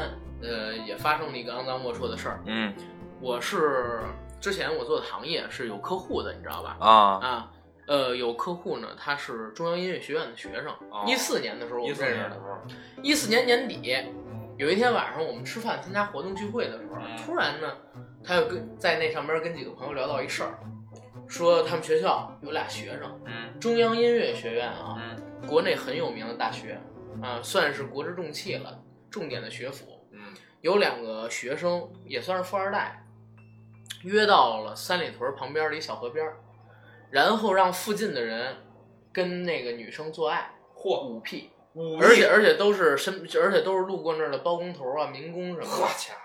Speaker 1: 呃也发生了一个肮脏龌龊的事儿。
Speaker 4: 嗯
Speaker 1: 我是之前我做的行业是有客户的，你知道吧？
Speaker 4: 啊
Speaker 1: 啊，呃，有客户呢，他是中央音乐学院的学生
Speaker 4: 哦，
Speaker 1: 一四、年的时候我
Speaker 4: 一
Speaker 1: 们
Speaker 4: 四
Speaker 1: 认识
Speaker 4: 年的时
Speaker 1: 的，
Speaker 4: 候，
Speaker 1: 一四年年底，有一天晚上我们吃饭参加活动聚会的时候，
Speaker 4: 嗯
Speaker 1: 突然呢，他又跟在那上边跟几个朋友聊到一事儿，说他们学校有俩学生，
Speaker 4: 嗯
Speaker 1: 中央音乐学院啊，
Speaker 4: 嗯
Speaker 1: 国内很有名的大学啊，算是国之重器了，重点的学府，
Speaker 4: 嗯
Speaker 1: 有两个学生也算是富二代，约到了三里屯旁边的一小河边儿，然后让附近的人跟那个女生做爱，
Speaker 4: 嚯，
Speaker 1: 五 P，
Speaker 4: 五
Speaker 1: 而
Speaker 4: 亿
Speaker 1: 且而且都是身，而且都是路过那儿的包工头啊、民工什么
Speaker 4: 好
Speaker 1: 的，
Speaker 4: 家嗯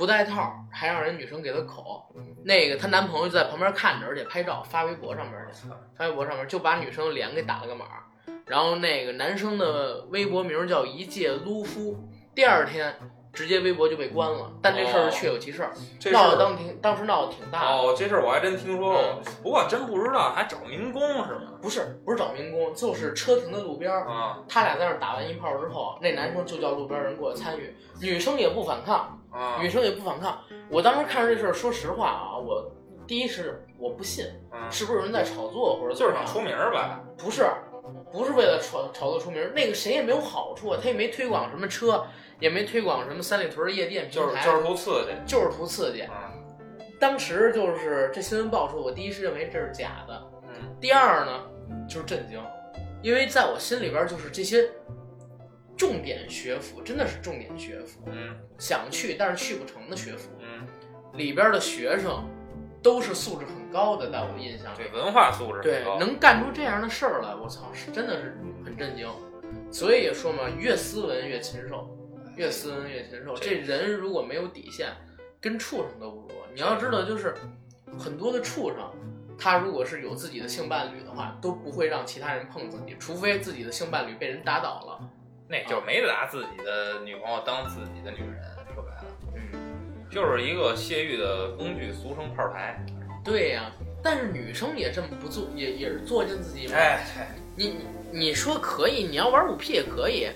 Speaker 1: 不带套儿，还让人女生给他口。那个她男朋友就在旁边看着，而且拍照发微博上面去，
Speaker 4: 伙，
Speaker 1: 发微博上面就把女生脸给打了个码儿，然后那个男生的微博名叫一介撸夫，第二天直接微博就被关了，但这事儿是确有其事儿，
Speaker 4: 哦这事
Speaker 1: 闹
Speaker 4: 儿
Speaker 1: 得当挺当时闹得挺大的。嗯
Speaker 4: 哦，这事儿我还真听说过，不过真不知道还找民工是吗？
Speaker 1: 不是不是找民工，就是车停在路边儿，
Speaker 4: 啊
Speaker 1: 他俩在那儿打完一炮之后，那男生就叫路边儿人过来参与，女生也不反抗，
Speaker 4: 啊，
Speaker 1: 女生也不反抗。我当时看着这事儿，说实话啊，我第一是我不信，
Speaker 4: 嗯
Speaker 1: 是不是有人在炒作或者
Speaker 4: 就是
Speaker 1: 怎么
Speaker 4: 想
Speaker 1: 样
Speaker 4: 出名儿吧？
Speaker 1: 不是，不是为了炒炒作出名儿，那个谁也没有好处啊，他也没推广什么车，也没推广什么三里屯儿夜店平
Speaker 4: 就是
Speaker 1: 台，
Speaker 4: 就是图刺激。
Speaker 1: 就是图刺激。
Speaker 4: 嗯
Speaker 1: 当时就是这新闻爆出，我第一是认为这是假的，
Speaker 4: 嗯
Speaker 1: 第二呢就是震惊，因为在我心里边就是这些重点学府真的是重点学府，
Speaker 4: 嗯
Speaker 1: 想去但是去不成的学府
Speaker 4: 嗯，
Speaker 1: 里边的学生都是素质很高的，在我印象里。
Speaker 4: 对，文化素质
Speaker 1: 对
Speaker 4: 很，高
Speaker 1: 能干出这样的事儿来，我操，是真的是很震惊。所以也说嘛，越斯文越禽兽，越斯文越禽兽。这
Speaker 4: 这
Speaker 1: 人如果没有底线，跟畜生都不如。你要知道，就是很多的畜生，他如果是有自己的性伴侣的话，都不会让其他人碰自己，除非自己的性伴侣被人打倒了。
Speaker 4: 那就没拿自己的女朋友当自己的女人，说白了
Speaker 1: 嗯，
Speaker 4: 就是一个泄欲的工具，俗称炮台。
Speaker 1: 对呀、但是女生也这么不做，也也是作践自己吗？
Speaker 4: 哎，
Speaker 1: 你你说可以，你要玩五 P 也可以，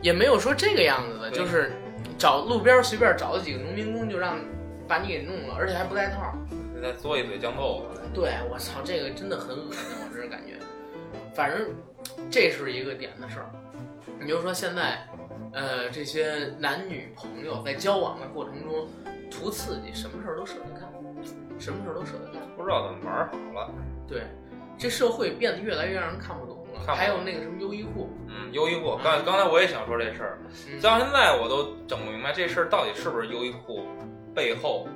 Speaker 1: 也没有说这个样子的，
Speaker 4: 对
Speaker 1: 就是找路边随便找了几个农民工就让把你给弄了，而且还不带套。
Speaker 4: 再嘬一嘴酱豆腐。
Speaker 1: 对我操，这个真的很恶心，我真是感觉。反正这是一个点的事儿。你就说现在，呃，这些男女朋友在交往的过程中图刺激，什么事儿都舍得干，什么事儿都舍得干。
Speaker 4: 不知道怎么玩好了。
Speaker 1: 对，这社会变得越来越让人看不懂了。
Speaker 4: 看不懂
Speaker 1: 还有那个什么优衣库，
Speaker 4: 嗯，优衣库，刚刚才我也想说这事儿，
Speaker 1: 嗯
Speaker 4: 到现在我都整不明白这事儿到底是不是优衣库背后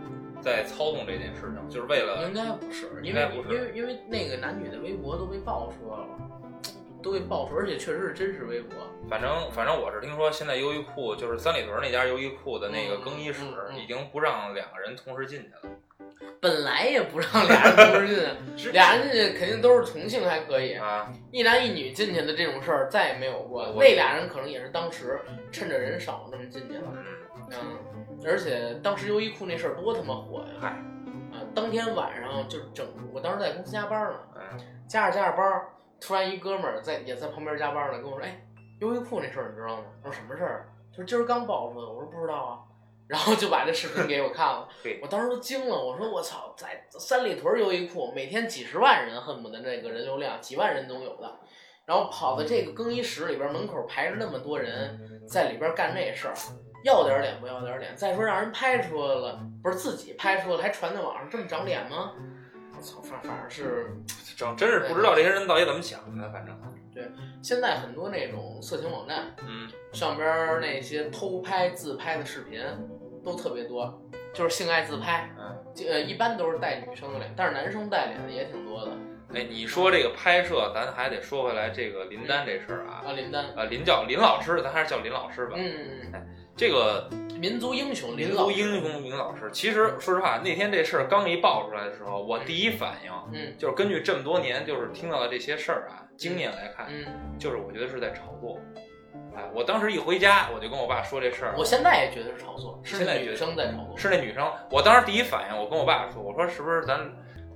Speaker 4: 在操纵这件事情，就是为了
Speaker 1: 呃应该不是，因
Speaker 4: 应该
Speaker 1: 为
Speaker 4: 不
Speaker 1: 因
Speaker 4: 是
Speaker 1: 为因为那个男女的微博都被爆出来了，都被爆出，而且确实是真实微博。
Speaker 4: 反正反正我是听说现在优衣库就是三里屯那家优衣库的那个
Speaker 1: 嗯
Speaker 4: 更衣室
Speaker 1: 嗯嗯
Speaker 4: 已经不让两个人同时进去了，
Speaker 1: 本来也不让俩人同时 进
Speaker 4: 是
Speaker 1: 去，俩人进去肯定都是同性还可以，
Speaker 4: 啊，
Speaker 1: 一男一女进去的这种事儿再也没有过。
Speaker 4: 我
Speaker 1: 那俩人可能也是当时趁着人少那么进去了，
Speaker 4: 嗯，
Speaker 1: 嗯，而且当时优衣库那事儿多他妈火呀！
Speaker 4: 嗨，
Speaker 1: 啊，当天晚上就是整，我当时在公司加班呢，
Speaker 4: 嗯
Speaker 1: 加着加着班儿，突然一哥们儿在也在旁边加班呢，跟我说：“哎，优衣库那事儿你知道吗？”我说：“什么事儿？”啊他说：“今儿刚爆出来。”我说：“不知道啊。”然后就把这视频给我看了
Speaker 4: 嘿，
Speaker 1: 我当时都惊了，我说：“我操，在三里屯优衣库每天几十万人，恨不得那个人流量几万人总有的。”然后跑到这个更衣室里边门口排着那么多人，在里边干这事儿，要点脸不要点脸？再说让人拍出来了，不是自己拍出来，还传到网上，这么长脸吗？我操，反反正是
Speaker 4: 整真是不知道这些人到底怎么想的，反正，
Speaker 1: 现在很多那种色情网站
Speaker 4: 嗯，
Speaker 1: 上边儿那些偷拍自拍的视频都特别多，就是性爱自拍，
Speaker 4: 嗯，
Speaker 1: 这呃，一般都是带女生的脸，但是男生带脸的也挺多的。
Speaker 4: 哎，你说这个拍摄，咱还得说回来这个林丹这事儿啊，
Speaker 1: 啊，林丹，
Speaker 4: 呃，林教林老师，咱还是叫林老师吧，
Speaker 1: 嗯，
Speaker 4: 这个
Speaker 1: 民族英雄林
Speaker 4: 民
Speaker 1: 老
Speaker 4: 族
Speaker 1: 师，
Speaker 4: 英雄林老师，其实说实话，那天这事儿刚一爆出来的时候，我第一反应
Speaker 1: 嗯
Speaker 4: 就是根据这么多年就是听到的这些事儿啊，经验来看，
Speaker 1: 嗯，
Speaker 4: 就是我觉得是在炒作。哎，我当时一回家，我就跟我爸说这事儿，
Speaker 1: 我现在也觉得是炒作，是
Speaker 4: 现在觉得
Speaker 1: 女生在炒作。
Speaker 4: 是那女生，我当时第一反应，我跟我爸说，我说是不是咱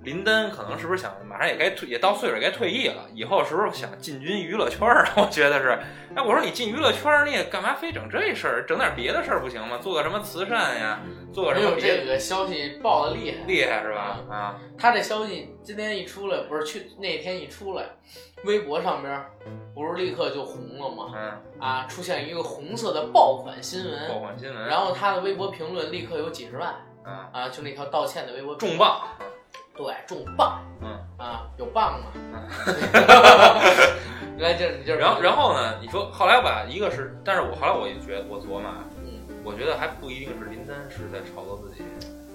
Speaker 4: 林丹可能是不是想马上也该退，也到岁数也该退役了，以后是不是想进军娱乐圈儿啊？我 觉得是。哎，我说你进娱乐圈儿，你也干嘛非整这事儿？整点别的事儿不行吗？做个什么慈善呀，做个
Speaker 1: 哎
Speaker 4: 什么
Speaker 1: 呦，
Speaker 4: 别
Speaker 1: 这
Speaker 4: 的，
Speaker 1: 个消息爆的厉害，
Speaker 4: 厉害是吧？啊，
Speaker 1: 他这消息今天一出来，不是去那天一出来，微博上边儿不是立刻就红了吗？
Speaker 4: 嗯，
Speaker 1: 啊，出现一个红色的爆款新
Speaker 4: 爆
Speaker 1: 闻，
Speaker 4: 款新闻，
Speaker 1: 嗯然后他的微博评论立刻有几十万
Speaker 4: 啊，
Speaker 1: 啊，就那条道歉的微博评
Speaker 4: 重
Speaker 1: 论，
Speaker 4: 磅，啊
Speaker 1: 对，重磅
Speaker 4: 嗯，
Speaker 1: 啊，有磅吗？ 来劲儿，你劲儿。
Speaker 4: 然后然后呢？你说后来吧，一个是，但是我后来我也觉得，我琢磨啊，
Speaker 1: 嗯，
Speaker 4: 我觉得还不一定是林丹是在炒作自己，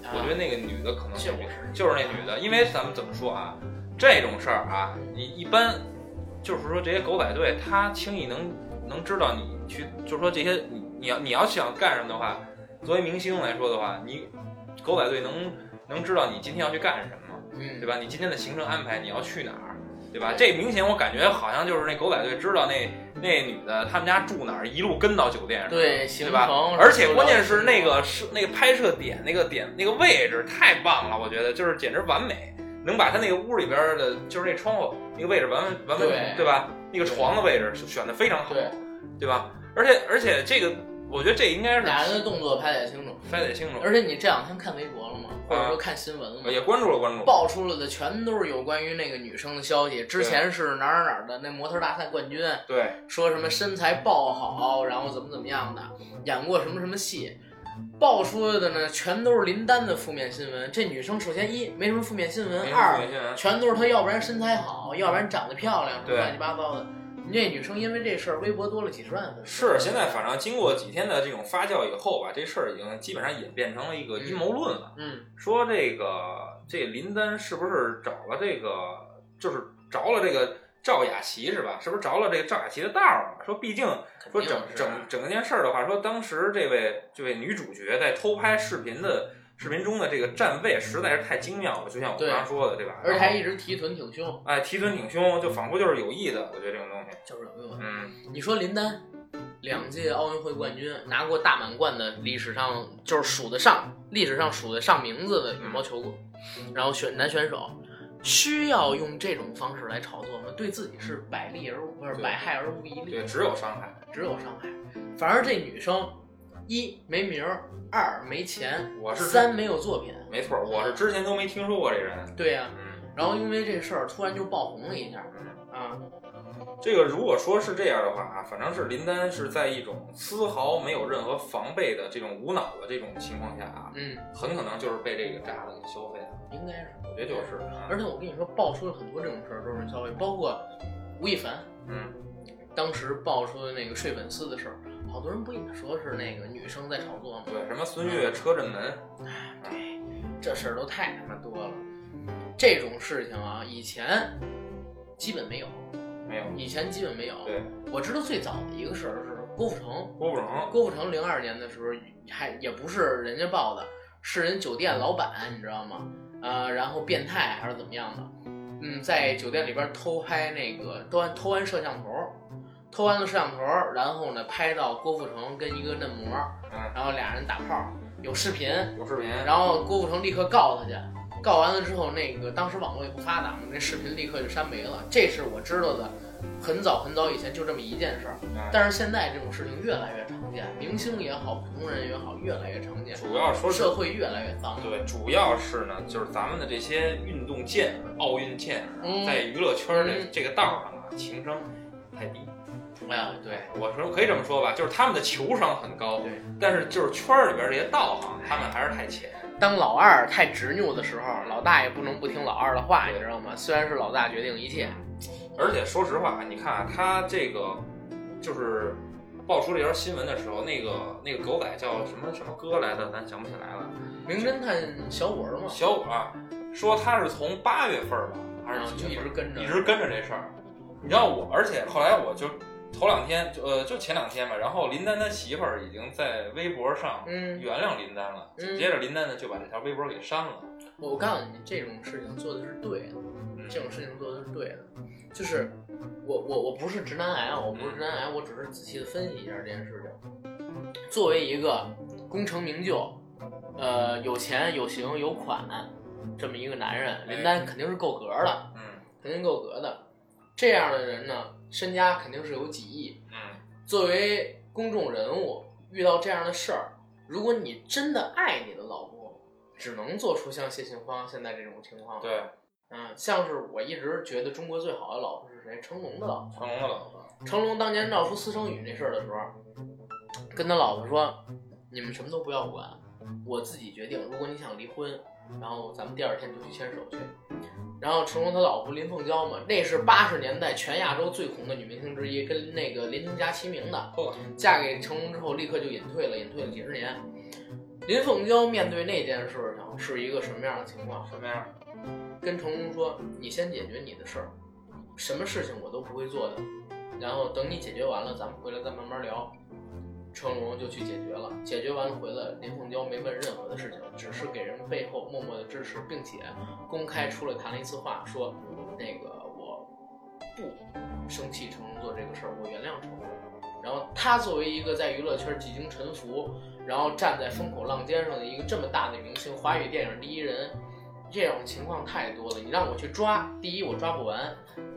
Speaker 1: 啊
Speaker 4: 我觉得那个女的可能
Speaker 1: 就是
Speaker 4: 就是那女的，因为咱们怎么说啊，这种事儿啊，你一般就是说这些狗仔队，他轻易能能知道你去，就是说这些你你要你要想干什么的话，作为明星来说的话，你狗仔队能能知道你今天要去干什么，
Speaker 1: 嗯，
Speaker 4: 对吧？你今天的行程安排，你要去哪儿，对吧？这明显我感觉好像就是那狗仔队知道那那女的他们家住哪儿，一路跟到酒店，
Speaker 1: 对
Speaker 4: 对
Speaker 1: 行
Speaker 4: 吧
Speaker 1: 程？，
Speaker 4: 而且关键是那个是那个拍摄点那个点那个位置太棒了，我觉得就是简直完美，能把他那个屋里边的，就是那窗户那个位置完完完
Speaker 1: 对
Speaker 4: 对吧？那个床的位置选的非常好，
Speaker 1: 对
Speaker 4: 对吧？而且而且这个我觉得这应该
Speaker 1: 俩人
Speaker 4: 是
Speaker 1: 的动作拍得清楚，
Speaker 4: 拍得清楚，呃
Speaker 1: 而且你这两天看微博了吗？
Speaker 4: 啊
Speaker 1: 或者说看新闻了吗？
Speaker 4: 也关注了关注了，
Speaker 1: 爆出来的全都是有关于那个女生的消息。之前是哪儿哪儿哪儿的那模特大赛冠军，
Speaker 4: 对，
Speaker 1: 说什么身
Speaker 4: 嗯
Speaker 1: 材爆好，然后怎么怎么样的，演过什么什么戏，爆出来的呢，全都是林丹的负面新闻。这女生首先一没什么负面新
Speaker 4: 没
Speaker 1: 闻，
Speaker 4: 什么
Speaker 1: 嗯二
Speaker 4: 负面新闻
Speaker 1: 全都是她要不然身材好，要不然长得漂亮，什么
Speaker 4: 对
Speaker 1: 乱七八糟的。那女生因为这事儿，微博多了几十万粉丝。
Speaker 4: 是现在反正经过几天的这种发酵以后吧，这事儿已经基本上演变成了一个阴谋论了。
Speaker 1: 嗯，
Speaker 4: 说这个这林丹是不是找了这个，就是着了这个赵雅琪是吧？是不是着了这个赵雅琪的道儿啊了？说毕竟
Speaker 1: 肯
Speaker 4: 说
Speaker 1: 定
Speaker 4: 整
Speaker 1: 是啊
Speaker 4: 整整件事儿的话，说当时这位这位女主角在偷
Speaker 1: 嗯
Speaker 4: 拍视频的视频中的这个站位实在是太精妙了，就像我刚
Speaker 1: 对
Speaker 4: 刚说的，对吧？
Speaker 1: 而且
Speaker 4: 然
Speaker 1: 还
Speaker 4: 后
Speaker 1: 一直提臀挺胸，
Speaker 4: 哎提臀挺胸，就仿佛就是有意的，我觉得这种东西，
Speaker 1: 就是有用。
Speaker 4: 嗯，
Speaker 1: 你说林丹，两届奥运会冠军，拿过大满贯的历史上就是数得上历史上数得上名字的羽毛球，然后选男选手，需要用这种方式来炒作吗？对自己是百利而无不是
Speaker 4: 对
Speaker 1: 百害而无一利
Speaker 4: 对，，只有伤害，
Speaker 1: 只有伤害。反而这女生，一没名儿，二没钱，
Speaker 4: 我是
Speaker 1: 三没有作品。
Speaker 4: 没错，我是之前都没听说过这人，
Speaker 1: 对呀、
Speaker 4: 嗯
Speaker 1: 然后因为这事儿突然就爆红了一下
Speaker 4: 嗯，
Speaker 1: 啊，
Speaker 4: 这个如果说是这样的话啊，反正是林丹是在一种丝毫没有任何防备的这种无脑的这种情况下啊，
Speaker 1: 嗯，
Speaker 4: 很可能就是被这个渣子给消费了。
Speaker 1: 应该是。
Speaker 4: 我觉得就是，啊
Speaker 1: 而且我跟你说，爆出了很多这种事儿，都是人消费，包括吴亦凡
Speaker 4: 嗯
Speaker 1: 当时爆出的那个睡粉丝的事儿，好多人不也说是那个女生在炒作吗？
Speaker 4: 对，什么孙悦车震门，
Speaker 1: 对，这事儿都太他妈多了。这种事情啊，以前基本没有，
Speaker 4: 没有，
Speaker 1: 以前基本没有。
Speaker 4: 对，
Speaker 1: 我知道最早的一个事儿是郭富城，
Speaker 4: 郭富城，
Speaker 1: 郭富城零二年的时候还也不是人家报的，是人酒店老板，你知道吗？呃，然后变态还是怎么样的？嗯，在酒店里边偷拍那个偷完偷完摄像头，偷完了摄像头，然后呢拍到郭富城跟一个嫩模，
Speaker 4: 嗯，
Speaker 1: 然后俩人打炮，有视频，
Speaker 4: 有视频，
Speaker 1: 然后郭富城立刻告他去。告完了之后，那个当时网络也不发达嘛，那视频立刻就删没了。这是我知道的，很早很早以前就这么一件事儿。
Speaker 4: 哎
Speaker 1: 但是现在这种事情越来越常见，明星也好，普通人也好，越来越常见，
Speaker 4: 主要说是
Speaker 1: 社会越来越脏。
Speaker 4: 对，主要是呢，就是咱们的这些运动健儿、奥运健儿啊，
Speaker 1: 嗯
Speaker 4: 在娱乐圈儿的
Speaker 1: 嗯
Speaker 4: 这个道上啊，情商太低。
Speaker 1: 哎，对，
Speaker 4: 我说可以这么说吧，就是他们的球商很高，
Speaker 1: 对，
Speaker 4: 但是就是圈儿里边儿这些道行，他们还是太浅。
Speaker 1: 当老二太执拗的时候，老大也不能不听老二的话，你知道吗？虽然是老大决定一切，
Speaker 4: 而且说实话，你看啊，他这个就是爆出这条新闻的时候，那个那个狗仔叫什么什么哥来的，咱想不起来了。
Speaker 1: 名侦探小五儿嘛，
Speaker 4: 小五啊，说他是从八月份儿吧，还
Speaker 1: 然
Speaker 4: 是
Speaker 1: 后就啊一直跟着，
Speaker 4: 一直跟着这事儿。你知道我，而且后来我就头两天，就呃，就前两天吧，然后林丹他媳妇儿已经在微博上
Speaker 1: 嗯，
Speaker 4: 原谅林丹了，
Speaker 1: 嗯
Speaker 4: 紧接着林丹呢就把这条微博给删了。
Speaker 1: 我告诉你，这种事情做的是对的，
Speaker 4: 嗯，
Speaker 1: 这种事情做的是对的，就是我我我不是直男癌啊，我不是直男癌，我只是仔细的分析一下这件事情。作为一个功成名就，呃，有钱有型有款这么一个男人，林丹肯定是够格的，
Speaker 4: 嗯
Speaker 1: 肯定够格的。这样的人呢，身家肯定是有几亿。
Speaker 4: 嗯，
Speaker 1: 作为公众人物，遇到这样的事儿，如果你真的爱你的老婆，只能做出像谢杏芳现在这种情况。
Speaker 4: 对，
Speaker 1: 嗯，像是我一直觉得中国最好的老婆是谁？成龙的老
Speaker 4: 成龙的老婆，
Speaker 1: 婆。成龙当年闹出私生女那事儿的时候，跟他老婆说：“你们什么都不要管，我自己决定。如果你想离婚，然后咱们第二天就去牵手去。”然后成龙他老婆林凤娇嘛，那是八十年代全亚洲最红的女明星之一，跟那个林青霞齐名的。
Speaker 4: 呵，
Speaker 1: 嫁给成龙之后，立刻就隐退了，隐退了几十年。林凤娇面对那件事情是一个什么样的情况？
Speaker 4: 什么样？
Speaker 1: 跟成龙说：“你先解决你的事儿，什么事情我都不会做的。然后等你解决完了，咱们回来再慢慢聊。”成龙就去解决了，解决完了回来，林凤娇没问任何的事情，只是给人背后默默的支持，并且公开出来谈了一次话，说那个我不生气成龙做这个事儿，我原谅成龙。然后他作为一个在娱乐圈几经沉浮，然后站在风口浪尖上的一个这么大的明星，华语电影第一人，这种情况太多了。你让我去抓，第一我抓不完，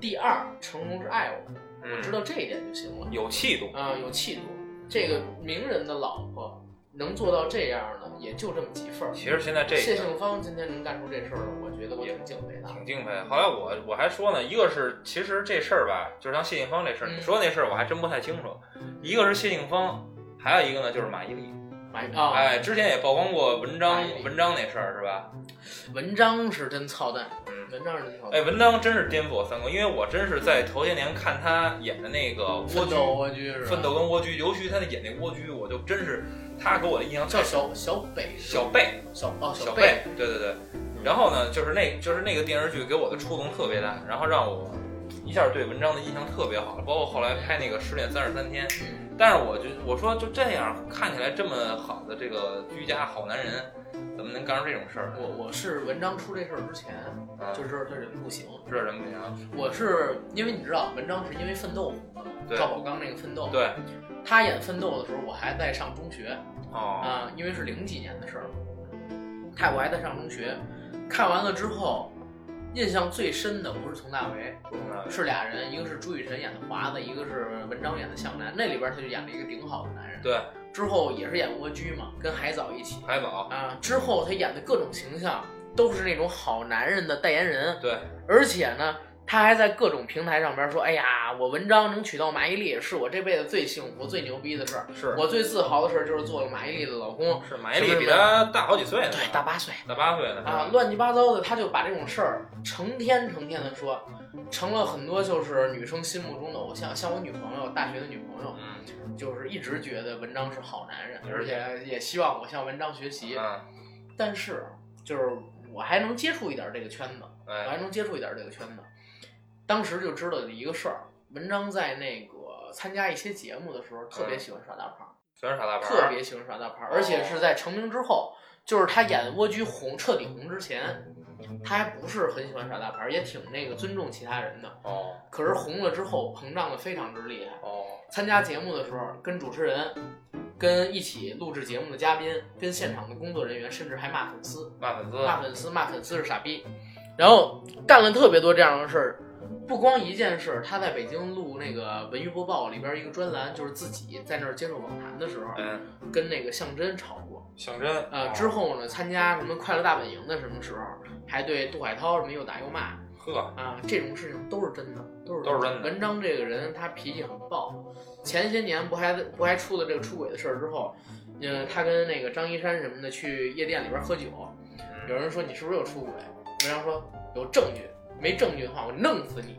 Speaker 1: 第二成龙是爱我的，
Speaker 4: 嗯，
Speaker 1: 知道这一点就行了。
Speaker 4: 有气度。
Speaker 1: 啊、有气度，这个名人的老婆能做到这样的，也就这么几份儿。
Speaker 4: 其实现在这
Speaker 1: 谢
Speaker 4: 个
Speaker 1: 杏芳今天能干出这事儿来，我觉得我挺敬佩她的。
Speaker 4: 挺敬佩。后来我我还说呢，一个是其实这事儿吧，就是像谢杏芳这事儿，
Speaker 1: 嗯
Speaker 4: 你说那事儿我还真不太清楚。一个是谢杏芳，还有一个呢就是马伊琍。
Speaker 1: 买啊、
Speaker 4: 哎，之前也曝光过文
Speaker 1: 马
Speaker 4: 章
Speaker 1: 伊琍
Speaker 4: 文章那事儿是吧？
Speaker 1: 文章是真操蛋，
Speaker 4: 嗯，
Speaker 1: 文章是真操蛋。
Speaker 4: 哎，文章真是颠覆我三观，因为我真是在头些年看他演的那个《蜗
Speaker 1: 奋
Speaker 4: 居》，
Speaker 1: 斗蜗居是吧？
Speaker 4: 哎
Speaker 1: 啊
Speaker 4: 奋斗跟《蜗居》，尤其他演那《蜗居》，我就真是他给我的印象
Speaker 1: 叫
Speaker 4: 太深。
Speaker 1: 小小北是
Speaker 4: 小
Speaker 1: 吧
Speaker 4: 贝，
Speaker 1: 小哦
Speaker 4: 小
Speaker 1: 贝
Speaker 4: 贝，对对对。然后呢，就是那就是那个电视剧给我的触动特别大，然后让我一下对文章的印象特别好，包括后来拍那个《失恋三十三天》。
Speaker 1: 嗯
Speaker 4: 但是我就我说就这样看起来这么好的这个居家好男人，怎么能干出这种事儿呢？
Speaker 1: 我我是文章出这事儿之前
Speaker 4: 啊
Speaker 1: 就知道他人不行，
Speaker 4: 这人不行。
Speaker 1: 我是因为你知道文章是因为奋斗红的，
Speaker 4: 对
Speaker 1: 赵宝刚那个奋斗，
Speaker 4: 对，
Speaker 1: 他演奋斗的时候我还在上中学，
Speaker 4: 哦，
Speaker 1: 啊、因为是零几年的事儿，泰国还在上中学。看完了之后，印象最深的不是佟大为，是俩人，一个是朱雨辰演的华子，一个是文章演的向南。那里边他就演了一个顶好的男人，
Speaker 4: 对，
Speaker 1: 之后也是演蜗居嘛，跟海藻一起
Speaker 4: 海宝，
Speaker 1: 啊、之后他演的各种形象都是那种好男人的代言人，
Speaker 4: 对，
Speaker 1: 而且呢，他还在各种平台上边说：“哎呀，我文章能娶到马伊琍，是我这辈子最幸福、最牛逼的事儿。
Speaker 4: 是
Speaker 1: 我最自豪的事儿就是做了马伊琍的老公，
Speaker 4: 是马伊琍比他大好几岁呢，
Speaker 1: 对，大八岁
Speaker 4: 大八岁呢，是吧
Speaker 1: 啊，乱七八糟的，他就把这种事儿成天成天的说，成了很多就是女生心目中的偶像。像我女朋友，大学的女朋友，
Speaker 4: 嗯
Speaker 1: 就是一直觉得文章是好男人，
Speaker 4: 嗯
Speaker 1: 而且也希望我向文章学习。
Speaker 4: 嗯，
Speaker 1: 但是，就是我还能接触一点这个圈子，我还
Speaker 4: 哎，
Speaker 1: 能接触一点这个圈子。当时就知道一个事儿，文章在那个参加一些节目的时候，特别喜欢耍大牌儿，
Speaker 4: 全是傻大牌
Speaker 1: 特
Speaker 4: 儿，
Speaker 1: 别喜欢耍大牌儿，而且是在成名之后，就是他演蜗居红彻底红之前，他还不是很喜欢耍大牌儿，也挺那个尊重其他人的。
Speaker 4: 哦
Speaker 1: 可是红了之后，膨胀的非常之厉害。
Speaker 4: 哦，
Speaker 1: 参加节目的时候，跟主持人、跟一起录制节目的嘉宾、跟现场的工作人员，甚至还骂粉丝，
Speaker 4: 骂粉丝，
Speaker 1: 骂粉丝，骂粉丝是傻逼，然后干了特别多这样的事儿。不光一件事，他在北京录那个《文娱播报》里边一个专栏，就是自己在那儿接受访谈的时候，
Speaker 4: 嗯，
Speaker 1: 跟那个向真吵过。
Speaker 4: 想真，
Speaker 1: 呃，之后呢，参加什么《快乐大本营》的什么时候，还对杜海涛什么又打又骂
Speaker 4: 呵，
Speaker 1: 啊，这种事情都是真的，都是
Speaker 4: 都是真的
Speaker 1: 文章这个人他脾气很暴，前些年不还不还出了这个出轨的事儿之后，嗯、他跟那个张一山什么的去夜店里边喝酒，有人说你是不是有出轨？文章说有证据，没证据的话我弄死你。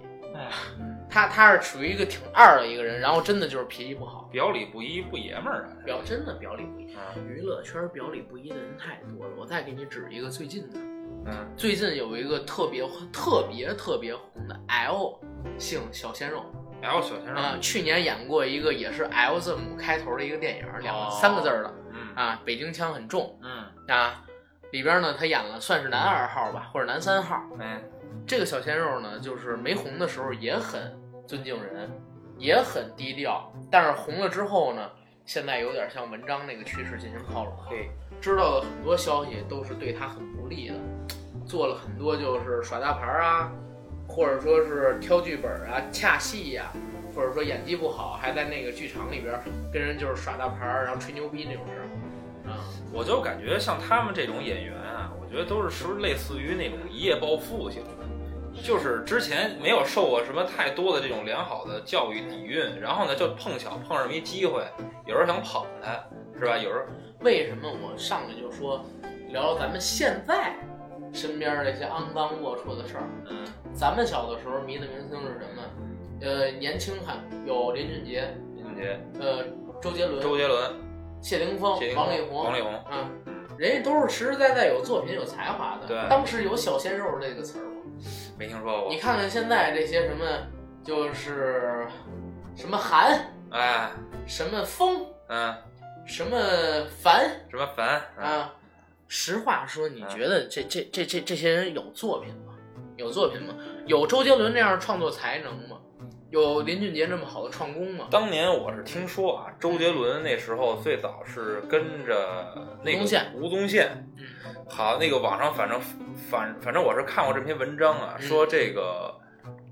Speaker 1: 他他是属于一个挺二的一个人，然后真的就是脾气不好，
Speaker 4: 表里不一不爷们儿啊，
Speaker 1: 表真的表里不一。
Speaker 4: 嗯
Speaker 1: 娱乐圈表里不一的人太多了，我再给你指一个最近的，
Speaker 4: 嗯，
Speaker 1: 最近有一个特别特别特别红的 L 姓小鲜肉
Speaker 4: 然后小先
Speaker 1: 啊、
Speaker 4: 生，
Speaker 1: 去年演过一个也是 L 字母开头的一个电影，两个、
Speaker 4: 哦
Speaker 1: 三个字儿的
Speaker 4: 嗯
Speaker 1: 啊，北京腔很重
Speaker 4: 嗯，
Speaker 1: 啊，里边呢他演了算是男二号吧，或者男三号，
Speaker 4: 哎，
Speaker 1: 这个小鲜肉呢，就是没红的时候也很尊敬人，也很低调，但是红了之后呢，现在有点向文章那个趋势进行靠拢。
Speaker 4: 对，
Speaker 1: 知道了很多消息都是对他很不利的，做了很多就是耍大牌儿啊，或者说是挑剧本啊、恰戏呀、或者说演技不好，还在那个剧场里边儿跟人就是耍大牌儿，然后吹牛逼那种事儿。啊、
Speaker 4: 我就感觉像他们这种演员啊，我觉得都是是不是类似于那种一夜暴富型的，就是之前没有受过什么太多的这种良好的教育底蕴，然后呢就碰巧碰上一机会，有人想捧他，是吧？有人
Speaker 1: 为什么我上来就说聊聊咱们现在身边这些肮脏龌龊的事儿？
Speaker 4: 嗯
Speaker 1: 咱们小的时候迷的明星是什么？呃，年轻看有林俊杰，
Speaker 4: 林俊杰、
Speaker 1: 呃，周杰伦、
Speaker 4: 嗯周杰伦、
Speaker 1: 谢霆锋、
Speaker 4: 谢霆
Speaker 1: 王力
Speaker 4: 锋、王力宏，
Speaker 1: 啊，人家都是实实在在有作品、有才华的。
Speaker 4: 对
Speaker 1: 当时有“小鲜肉”这个词儿吗？
Speaker 4: 没听说过
Speaker 1: 你。看看现在这些什么，就是什么韩、
Speaker 4: 哎，
Speaker 1: 什么风、
Speaker 4: 嗯，
Speaker 1: 什么凡，
Speaker 4: 什么凡？嗯
Speaker 1: 啊，实话说，你
Speaker 4: 啊
Speaker 1: 觉得这这这这这些人有作品吗？有作品吗？有周杰伦这样的创作才能吗？有林俊杰这么好的创功吗？
Speaker 4: 当年我是听说啊，周杰伦那时候最早是跟着那
Speaker 1: 吴宗
Speaker 4: 个
Speaker 1: 宪
Speaker 4: 吴宗宪，
Speaker 1: 嗯
Speaker 4: 好，那个网上反正反反正我是看过这篇文章啊，
Speaker 1: 嗯
Speaker 4: 说这个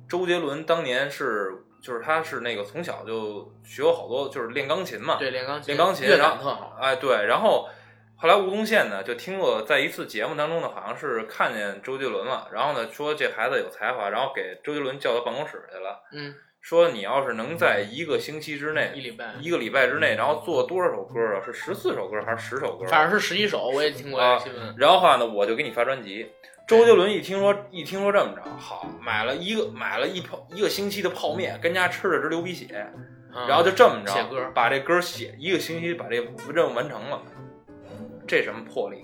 Speaker 4: 周杰伦当年是就是他是那个从小就学过好多，就是练钢琴嘛，
Speaker 1: 对，练钢琴，
Speaker 4: 练钢琴
Speaker 1: 乐
Speaker 4: 然
Speaker 1: 感
Speaker 4: 后
Speaker 1: 特好。
Speaker 4: 哎对，然后后来吴宗宪呢就听过在一次节目当中呢，好像是看见周杰伦了，然后呢说这孩子有才华，然后给周杰伦叫到办公室去了，
Speaker 1: 嗯，
Speaker 4: 说你要是能在一个星期之
Speaker 1: 一
Speaker 4: 内。
Speaker 1: 礼拜，
Speaker 4: 一个礼拜之内，然后做多少首歌啊？是十四首歌还是十首歌？
Speaker 1: 反正是十一首，我也听过这
Speaker 4: 啊
Speaker 1: 个新闻。
Speaker 4: 然后的话呢，我就给你发专辑。周杰伦一听说一听说这么着，好，买了一个买了一泡一个星期的泡面，跟家吃的直流鼻血，
Speaker 1: 嗯
Speaker 4: 然后就这么
Speaker 1: 写
Speaker 4: 着，
Speaker 1: 歌
Speaker 4: 把这歌写一个星期，把这任务完成了。这什么魄力？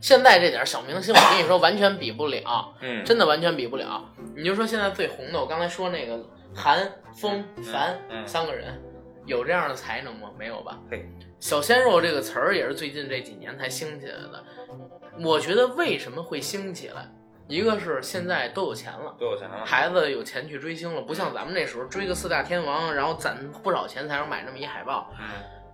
Speaker 1: 现在这点小明星，我跟你说，完全比不了，
Speaker 4: 嗯，
Speaker 1: 真的完全比不了。你就说现在最红的，我刚才说那个韩风、樊
Speaker 4: 嗯
Speaker 1: 三个人，有这样的才能吗？没有吧
Speaker 4: 嘿。
Speaker 1: 小鲜肉这个词儿也是最近这几年才兴起来的。我觉得为什么会兴起来，一个是现在都有钱了。
Speaker 4: 多有钱啊！
Speaker 1: 孩子有钱去追星了，不像咱们那时候追个四大天王，然后攒不少钱才能买那么一海报。
Speaker 4: 嗯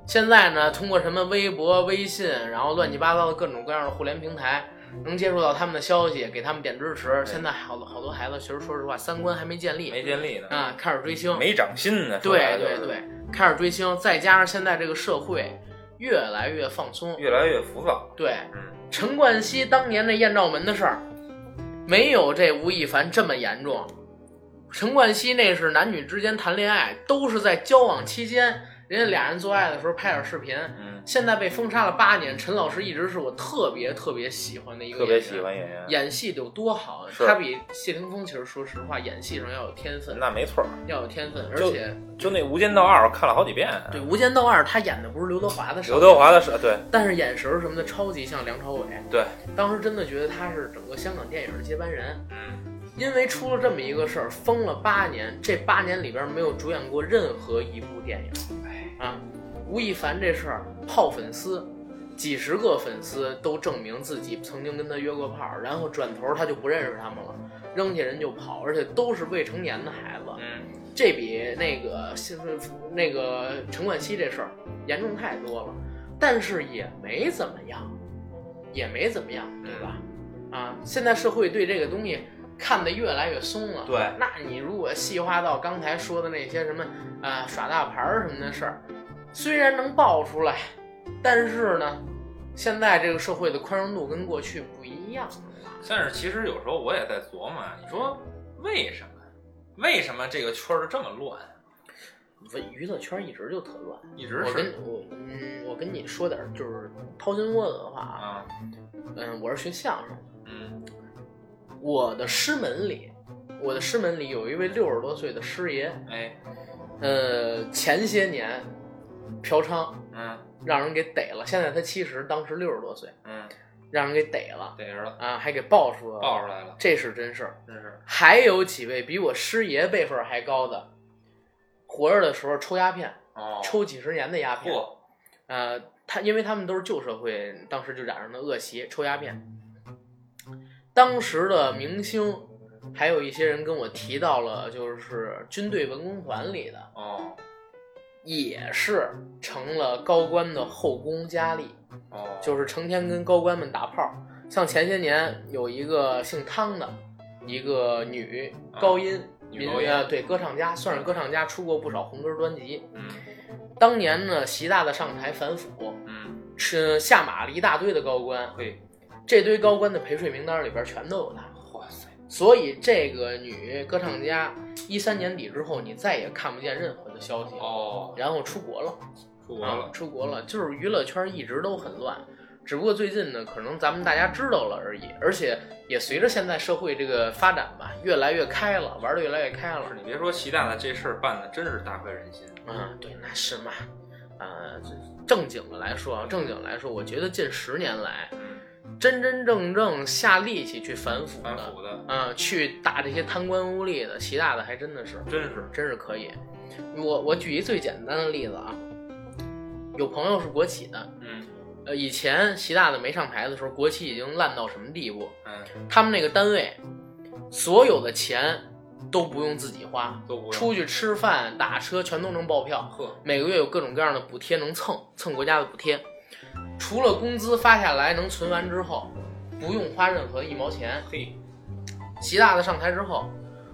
Speaker 1: 现在呢，通过什么微博、微信，然后乱七八糟的各种各样的互联平台，能接触到他们的消息，给他们点支持。现在好多好多孩子，其实说实话，三观还没建立
Speaker 4: 没建立呢，
Speaker 1: 啊，开始追星。
Speaker 4: 没长心呢。说白
Speaker 1: 对
Speaker 4: 了就是
Speaker 1: 对对，开始追星，再加上现在这个社会越来越放松，
Speaker 4: 越来越浮躁。
Speaker 1: 对
Speaker 4: 嗯，
Speaker 1: 陈冠希当年那艳照门的事儿，没有这吴亦凡这么严重。陈冠希那是男女之间谈恋爱，都是在交往期间，人家俩人做爱的时候拍点视频。
Speaker 4: 嗯，
Speaker 1: 现在被封杀了八年，陈老师一直是我特别特别喜欢的一个
Speaker 4: 特别
Speaker 1: 演员
Speaker 4: 喜欢演员，
Speaker 1: 演戏得有多好啊，
Speaker 4: 是
Speaker 1: 他比谢霆锋其实说实话，演戏上要有天分，
Speaker 4: 那没错儿，
Speaker 1: 要有天分，而
Speaker 4: 就
Speaker 1: 且
Speaker 4: 就那《无间道二》，我看了好几遍。
Speaker 1: 对《无间道二》，他演的不是刘德华的少
Speaker 4: 刘
Speaker 1: 年
Speaker 4: 德华的是对
Speaker 1: 但是眼神儿什么的超级像梁朝伟。
Speaker 4: 对，
Speaker 1: 当时真的觉得他是整个香港电影的接班人，
Speaker 4: 嗯，
Speaker 1: 因为出了这么一个事儿，封了八年，这八年里边没有主演过任何一部电影。啊，吴亦凡这事儿泡粉丝，几十个粉丝都证明自己曾经跟他约过炮，然后转头他就不认识他们了，扔下人就跑，而且都是未成年的孩子。
Speaker 4: 嗯，
Speaker 1: 这比那个现在那个陈冠希这事儿严重太多了，但是也没怎么样，也没怎么样，对吧？啊，现在社会对这个东西看得越来越松了。
Speaker 4: 对
Speaker 1: 那你如果细化到刚才说的那些什么啊耍大牌儿什么的事儿，虽然能爆出来，但是呢，现在这个社会的宽容度跟过去不一样了。
Speaker 4: 但是其实有时候我也在琢磨，啊你说为什么？为什么这个圈儿这么乱？
Speaker 1: 娱乐圈一直就特乱。
Speaker 4: 一直
Speaker 1: 我跟
Speaker 4: 是
Speaker 1: 我嗯，我跟你说点儿就是掏心窝子的话啊，
Speaker 4: 啊，
Speaker 1: 嗯，我是学相声的，
Speaker 4: 嗯
Speaker 1: 我的师门里，我的师门里有一位六十多岁的师爷，
Speaker 4: 哎
Speaker 1: 呃，前些年嫖娼
Speaker 4: 嗯
Speaker 1: 让人给逮了，现在他七十，当时六十多岁，
Speaker 4: 嗯，
Speaker 1: 让人给逮了
Speaker 4: 逮着了，
Speaker 1: 啊，还给爆出来了，
Speaker 4: 爆出来了，
Speaker 1: 这是真事儿。
Speaker 4: 真是
Speaker 1: 还有几位比我师爷辈分儿还高的，活着的时候抽鸦片，
Speaker 4: 哦，
Speaker 1: 抽几十年的鸦片。
Speaker 4: 嚯，
Speaker 1: 呃，他因为他们都是旧社会，当时就染上的恶习，抽鸦片。当时的明星，还有一些人跟我提到了，就是军队文工团里的，
Speaker 4: 哦
Speaker 1: 也是成了高官的后宫佳丽，
Speaker 4: 哦，
Speaker 1: 就是成天跟高官们打炮。像前些年有一个姓汤的，一个女高音，
Speaker 4: 啊女
Speaker 1: 民
Speaker 4: 高音
Speaker 1: 呃对歌唱家，算是歌唱家，出过不少红歌专辑。
Speaker 4: 嗯
Speaker 1: 当年呢，习大大上台反腐，
Speaker 4: 嗯，
Speaker 1: 是下马了一大堆的高官，
Speaker 4: 嘿，
Speaker 1: 这堆高官的陪睡名单里边全都有他。
Speaker 4: 哇塞，
Speaker 1: 所以这个女歌唱家一三年底之后，你再也看不见任何的消息了。
Speaker 4: 哦，
Speaker 1: 然后出国了，
Speaker 4: 出国了
Speaker 1: 啊，，出国了，就是娱乐圈一直都很乱，只不过最近呢，可能咱们大家知道了而已，而且也随着现在社会这个发展吧，越来越开了，玩的越来越开了
Speaker 4: 是。你别说习大大这事儿办的真是大快人心，
Speaker 1: 啊，对，那是嘛，啊，这正经的来说啊，正经来说，我觉得近十年来，
Speaker 4: 嗯，
Speaker 1: 真真正正下力气去反腐
Speaker 4: 反
Speaker 1: 的，
Speaker 4: 腐的，
Speaker 1: 嗯，去打这些贪官污吏的，习大大还真的是，
Speaker 4: 真是，
Speaker 1: 真是可以。我我举一最简单的例子啊，有朋友是国企的，
Speaker 4: 嗯
Speaker 1: 呃，以前习大大没上台的时候，国企已经烂到什么地步？
Speaker 4: 嗯，
Speaker 1: 他们那个单位，所有的钱都不用自己花，
Speaker 4: 都不
Speaker 1: 出去吃饭、打车全都能报票。
Speaker 4: 呵，
Speaker 1: 每个月有各种各样的补贴能蹭蹭国家的补贴，除了工资发下来能存完之后，不用花任何一毛钱。
Speaker 4: 嘿，
Speaker 1: 习大大上台之后，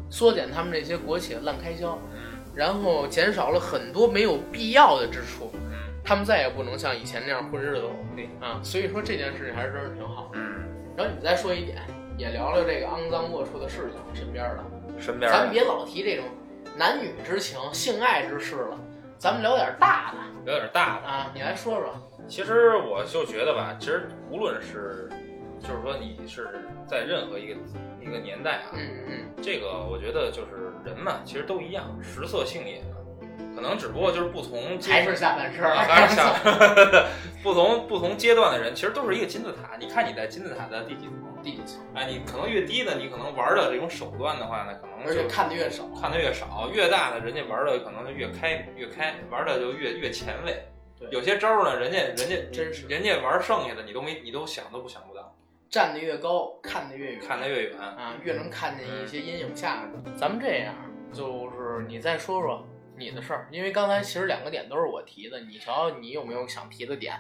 Speaker 1: 缩减他们这些国企的烂开销，
Speaker 4: 嗯
Speaker 1: 然后减少了很多没有必要的支出，
Speaker 4: 嗯
Speaker 1: 他们再也不能像以前那样混日子了
Speaker 4: 对
Speaker 1: 啊。所以说这件事情还是真是挺好的。
Speaker 4: 嗯，
Speaker 1: 然后你再说一点，也聊聊这个肮脏龌龊的事情，身边的。
Speaker 4: 身边儿
Speaker 1: 咱们别老提这种男女之情、性爱之事了，咱们聊点大的
Speaker 4: 有点大了。
Speaker 1: 啊。你来说说，
Speaker 4: 其实我就觉得吧，其实无论是，就是说你是在任何一个一个年代啊，
Speaker 1: 嗯嗯
Speaker 4: 这个我觉得就是人嘛，其实都一样，食色性也嘛，可能只不过就是不同，阶
Speaker 1: 还是下半身儿
Speaker 4: 啊还 是下 不同不同阶段的人，其实都是一个金字塔。你看你在金字塔的第几层？
Speaker 1: 第几层，
Speaker 4: 哎，你可能越低的，你可能玩的这种手段的话呢，可能
Speaker 1: 而且
Speaker 4: 就
Speaker 1: 看的越少，
Speaker 4: 看的越少；越大的，人家玩的可能就越开越开，玩的就越越前卫。
Speaker 1: 对
Speaker 4: 有些招儿呢，人家人家
Speaker 1: 真是
Speaker 4: 人家玩剩下的，你都没你都想都不想不到，
Speaker 1: 站的越高，看的越远，
Speaker 4: 看得越远。
Speaker 1: 啊，越能看见一些阴影下的。咱们这样，就是你再说说你的事儿，因为刚才其实两个点都是我提的，你瞧瞧你有没有想提的点，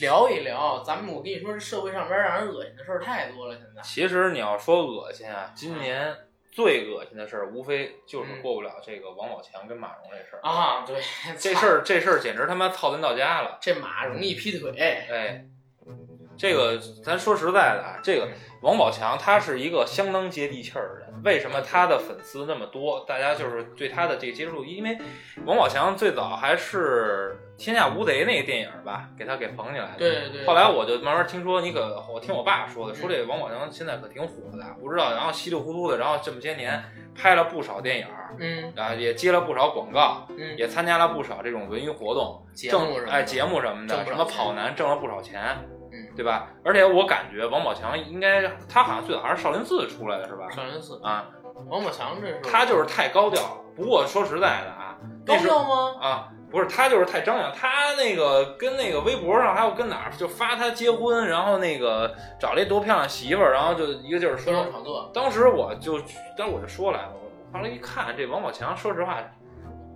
Speaker 1: 聊一聊。咱们我跟你说，这社会上边让人恶心的事儿太多了，现在。
Speaker 4: 其实你要说恶心啊，今年最恶心的事儿，无非就是
Speaker 1: 嗯
Speaker 4: 过不了这个王宝强跟马蓉这事儿。
Speaker 1: 啊，对，
Speaker 4: 这事儿这事儿简直他妈操蛋到家了！
Speaker 1: 这马容易劈腿，
Speaker 4: 哎，这个咱说实在的啊，这个王宝强他是一个相当接地气儿的人。为什么他的粉丝那么多？大家就是对他的这个接触，因为王宝强最早还是《天下无贼》那个电影吧，给他给捧起来的。
Speaker 1: 对对
Speaker 4: 后来我就慢慢听说，你可我听我爸说的，说这王宝强现在可挺火的，不知道。然后稀里糊涂的，然后这么些年拍了不少电影，
Speaker 1: 嗯
Speaker 4: 啊，也接了不少广告，
Speaker 1: 嗯，
Speaker 4: 也参加了不少这种文娱活动，
Speaker 1: 节目什
Speaker 4: 挣
Speaker 1: 么
Speaker 4: 哎
Speaker 1: 的
Speaker 4: 节目什么的，
Speaker 1: 挣不
Speaker 4: 什
Speaker 1: 少
Speaker 4: 么
Speaker 1: 钱
Speaker 4: 跑男挣了不少钱，
Speaker 1: 嗯
Speaker 4: 对吧？而且我感觉王宝强应该他好像最早还是少林寺出来的是吧？
Speaker 1: 少林寺，
Speaker 4: 啊，
Speaker 1: 王宝强这是
Speaker 4: 他就是太高调了。不过说实在的啊，那
Speaker 1: 高
Speaker 4: 时
Speaker 1: 调吗？
Speaker 4: 啊，不是他就是太张扬，他那个跟那个微博上还有跟哪儿就发他结婚，然后那个找了一多漂亮媳妇儿，然后就一个劲儿
Speaker 1: 说
Speaker 4: 说
Speaker 1: 唱炒作，
Speaker 4: 当时我就，当时我就说来了，我后来一看这王宝强，说实话，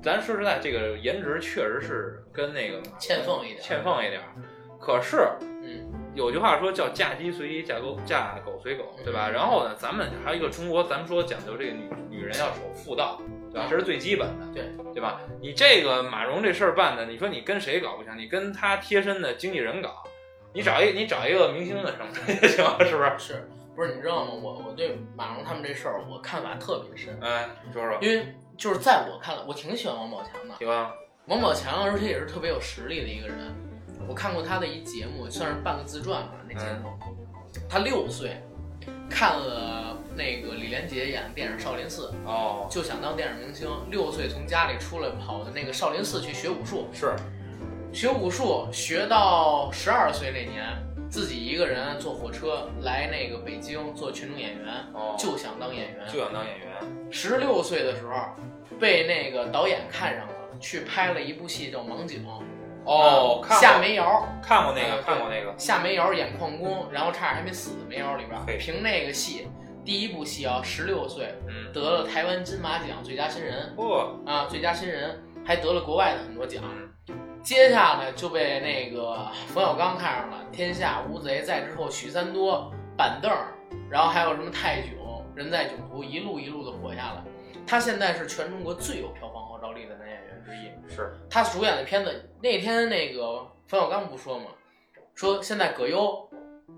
Speaker 4: 咱说实在，这个颜值确实是跟那个
Speaker 1: 欠奉一点
Speaker 4: 欠奉一点儿。可是
Speaker 1: 嗯
Speaker 4: 有句话说叫嫁鸡随鸡，嫁狗嫁狗随狗，对吧？然后呢，咱们还有一个中国，咱们说讲究这个女女人要守妇道，对吧？这是最基本的，
Speaker 1: 对
Speaker 4: 嗯对吧？你这个马蓉这事儿办的，你说你跟谁搞不行？你跟她贴身的经纪人搞，你找一你找一个明星的什么也行，是不是？
Speaker 1: 是不是你知道吗？我我对马蓉他们这事儿我看法特别深，
Speaker 4: 哎，你说说，
Speaker 1: 因为就是在我看来，我挺喜欢王宝强的。
Speaker 4: 行吧？
Speaker 1: 王宝强，而且也是特别有实力的一个人。我看过他的一节目，算是半个自传吧，那节目。他六岁看了那个李连杰演的电影《少林寺
Speaker 4: 哦》，，
Speaker 1: 就想当电影明星。六岁从家里出来，跑的那个少林寺去学武术，
Speaker 4: 是，
Speaker 1: 学武术学到十二岁那年，自己一个人坐火车来那个北京做群众演员，
Speaker 4: 哦
Speaker 1: 就想当演员。
Speaker 4: 就想当演员。
Speaker 1: 十六岁的时候，被那个导演看上了，去拍了一部戏叫《盲井》。啊
Speaker 4: 哦，看过
Speaker 1: 夏梅瑶，
Speaker 4: 看过那
Speaker 1: 嗯
Speaker 4: 个，看过那个，
Speaker 1: 夏梅瑶演矿工，然后差点还没死在煤窑里边
Speaker 4: 嘿
Speaker 1: 儿。凭那个戏，第一部戏啊，十六岁
Speaker 4: 嗯，
Speaker 1: 得了台湾金马奖最佳新人
Speaker 4: 不，
Speaker 1: 啊，最佳新人还得了国外的很多奖。
Speaker 4: 嗯
Speaker 1: 接下来就被那个冯小刚看上了，《天下无贼》再之后，许三多、板凳儿，然后还有什么泰囧、人在囧途，一路一路的火下来。他现在是全中国最有票房号召力的男演员之一。
Speaker 4: 是，
Speaker 1: 他主演的片子，那天那个冯小刚不说吗？说现在葛优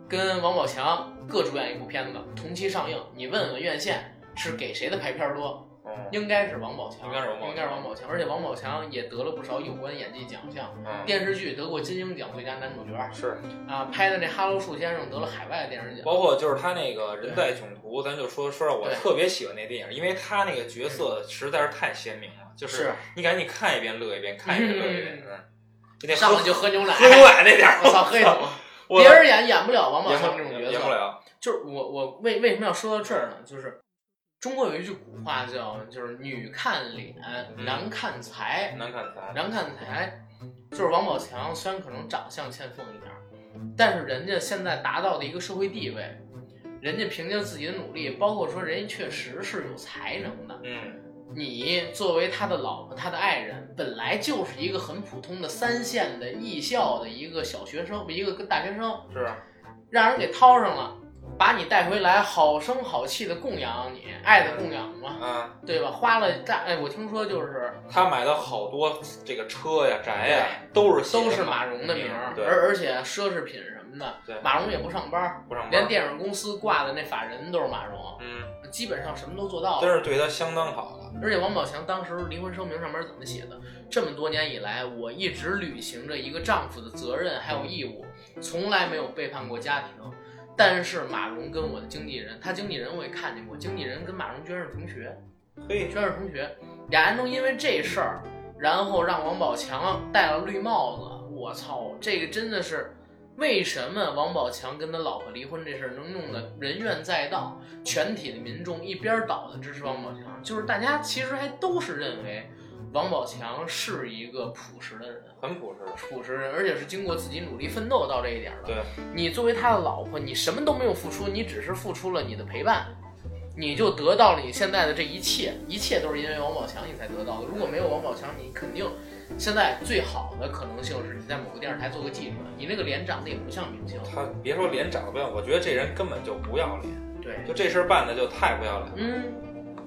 Speaker 1: 跟王宝强各主演一部片子，同期上映。你问问院线是给谁的排片多？
Speaker 4: 嗯
Speaker 1: 应该是王宝强，
Speaker 4: 应该是王宝强
Speaker 1: 应该是王宝强。而且王宝强也得了不少有关演技奖项，
Speaker 4: 嗯，
Speaker 1: 电视剧得过金鹰奖最佳男主角
Speaker 4: 是，
Speaker 1: 啊，拍的那《哈喽树先生》得了海外的电视奖。
Speaker 4: 包括就是他那个人在囧途，咱就说说，我
Speaker 1: 对
Speaker 4: 特别喜欢那电影，因为他那个角色实在是太鲜明了，就是
Speaker 1: 是
Speaker 4: 你感觉你看一遍乐一遍，看一遍乐一遍，嗯，你得
Speaker 1: 上来
Speaker 4: 喝
Speaker 1: 就喝牛奶，
Speaker 4: 喝牛奶那点 儿，
Speaker 1: 我操，黑总，
Speaker 4: 我
Speaker 1: 别人演演不了王宝
Speaker 4: 演
Speaker 1: 强
Speaker 4: 不
Speaker 1: 这种角色，
Speaker 4: 演不了，
Speaker 1: 就是我我为为什么要说到这儿呢？就是中国有一句古话叫就是女看脸，
Speaker 4: 嗯
Speaker 1: 男看财，
Speaker 4: 难看死啊，
Speaker 1: 男看财，就是王宝强虽然可能长相欠奉一点儿，但是人家现在达到的一个社会地位，人家凭借自己的努力，包括说人家确实是有才能的。
Speaker 4: 嗯，
Speaker 1: 你作为他的老婆，他的爱人，本来就是一个很普通的三线的艺校的一个小学生，一个大学生，
Speaker 4: 是，啊
Speaker 1: 让人给掏上了，把你带回来，好声好气的供养你，爱的供养嘛，
Speaker 4: 嗯，
Speaker 1: 对吧？花了大，哎，我听说就是
Speaker 4: 他买的好多这个车呀、宅呀，
Speaker 1: 对
Speaker 4: 都是写
Speaker 1: 都
Speaker 4: 的
Speaker 1: 是马蓉的名儿，
Speaker 4: 对
Speaker 1: 而而且奢侈品什么
Speaker 4: 对
Speaker 1: 的，马蓉也不上班，
Speaker 4: 不上班
Speaker 1: 连，电影公司挂的那法人都是马蓉，
Speaker 4: 嗯，
Speaker 1: 基本上什么都做到
Speaker 4: 真
Speaker 1: 了。
Speaker 4: 是对他相当好了，
Speaker 1: 而且王宝强当时离婚声明上面怎么写的？这么多年以来，我一直履行着一个丈夫的责任还有义务，从来没有背叛过家庭。但是马蓉跟我的经纪人，他经纪人我也看见过，经纪人跟马蓉居然是同学，
Speaker 4: 嘿，
Speaker 1: 居然是同学，俩人都因为这事儿，然后让王宝强戴了绿帽子。我操，这个真的是，为什么王宝强跟他老婆离婚这事儿能弄得人怨载道，全体的民众一边倒的支持王宝强？就是大家其实还都是认为王宝强是一个朴实的人。
Speaker 4: 很朴实的，
Speaker 1: 朴实人，而且是经过自己努力奋斗到这一点儿的。
Speaker 4: 对。
Speaker 1: 你作为他的老婆，你什么都没有付出，你只是付出了你的陪伴，你就得到了你现在的这一切，一切都是因为王宝强你才得到的。如果没有王宝强，你肯定现在最好的可能性是你在某个电视台做个记者，你那个脸长得也不像明星。
Speaker 4: 他别说脸长得不要，我觉得这人根本就不要脸，
Speaker 1: 对，
Speaker 4: 就这事儿办的就太不要脸了。
Speaker 1: 嗯，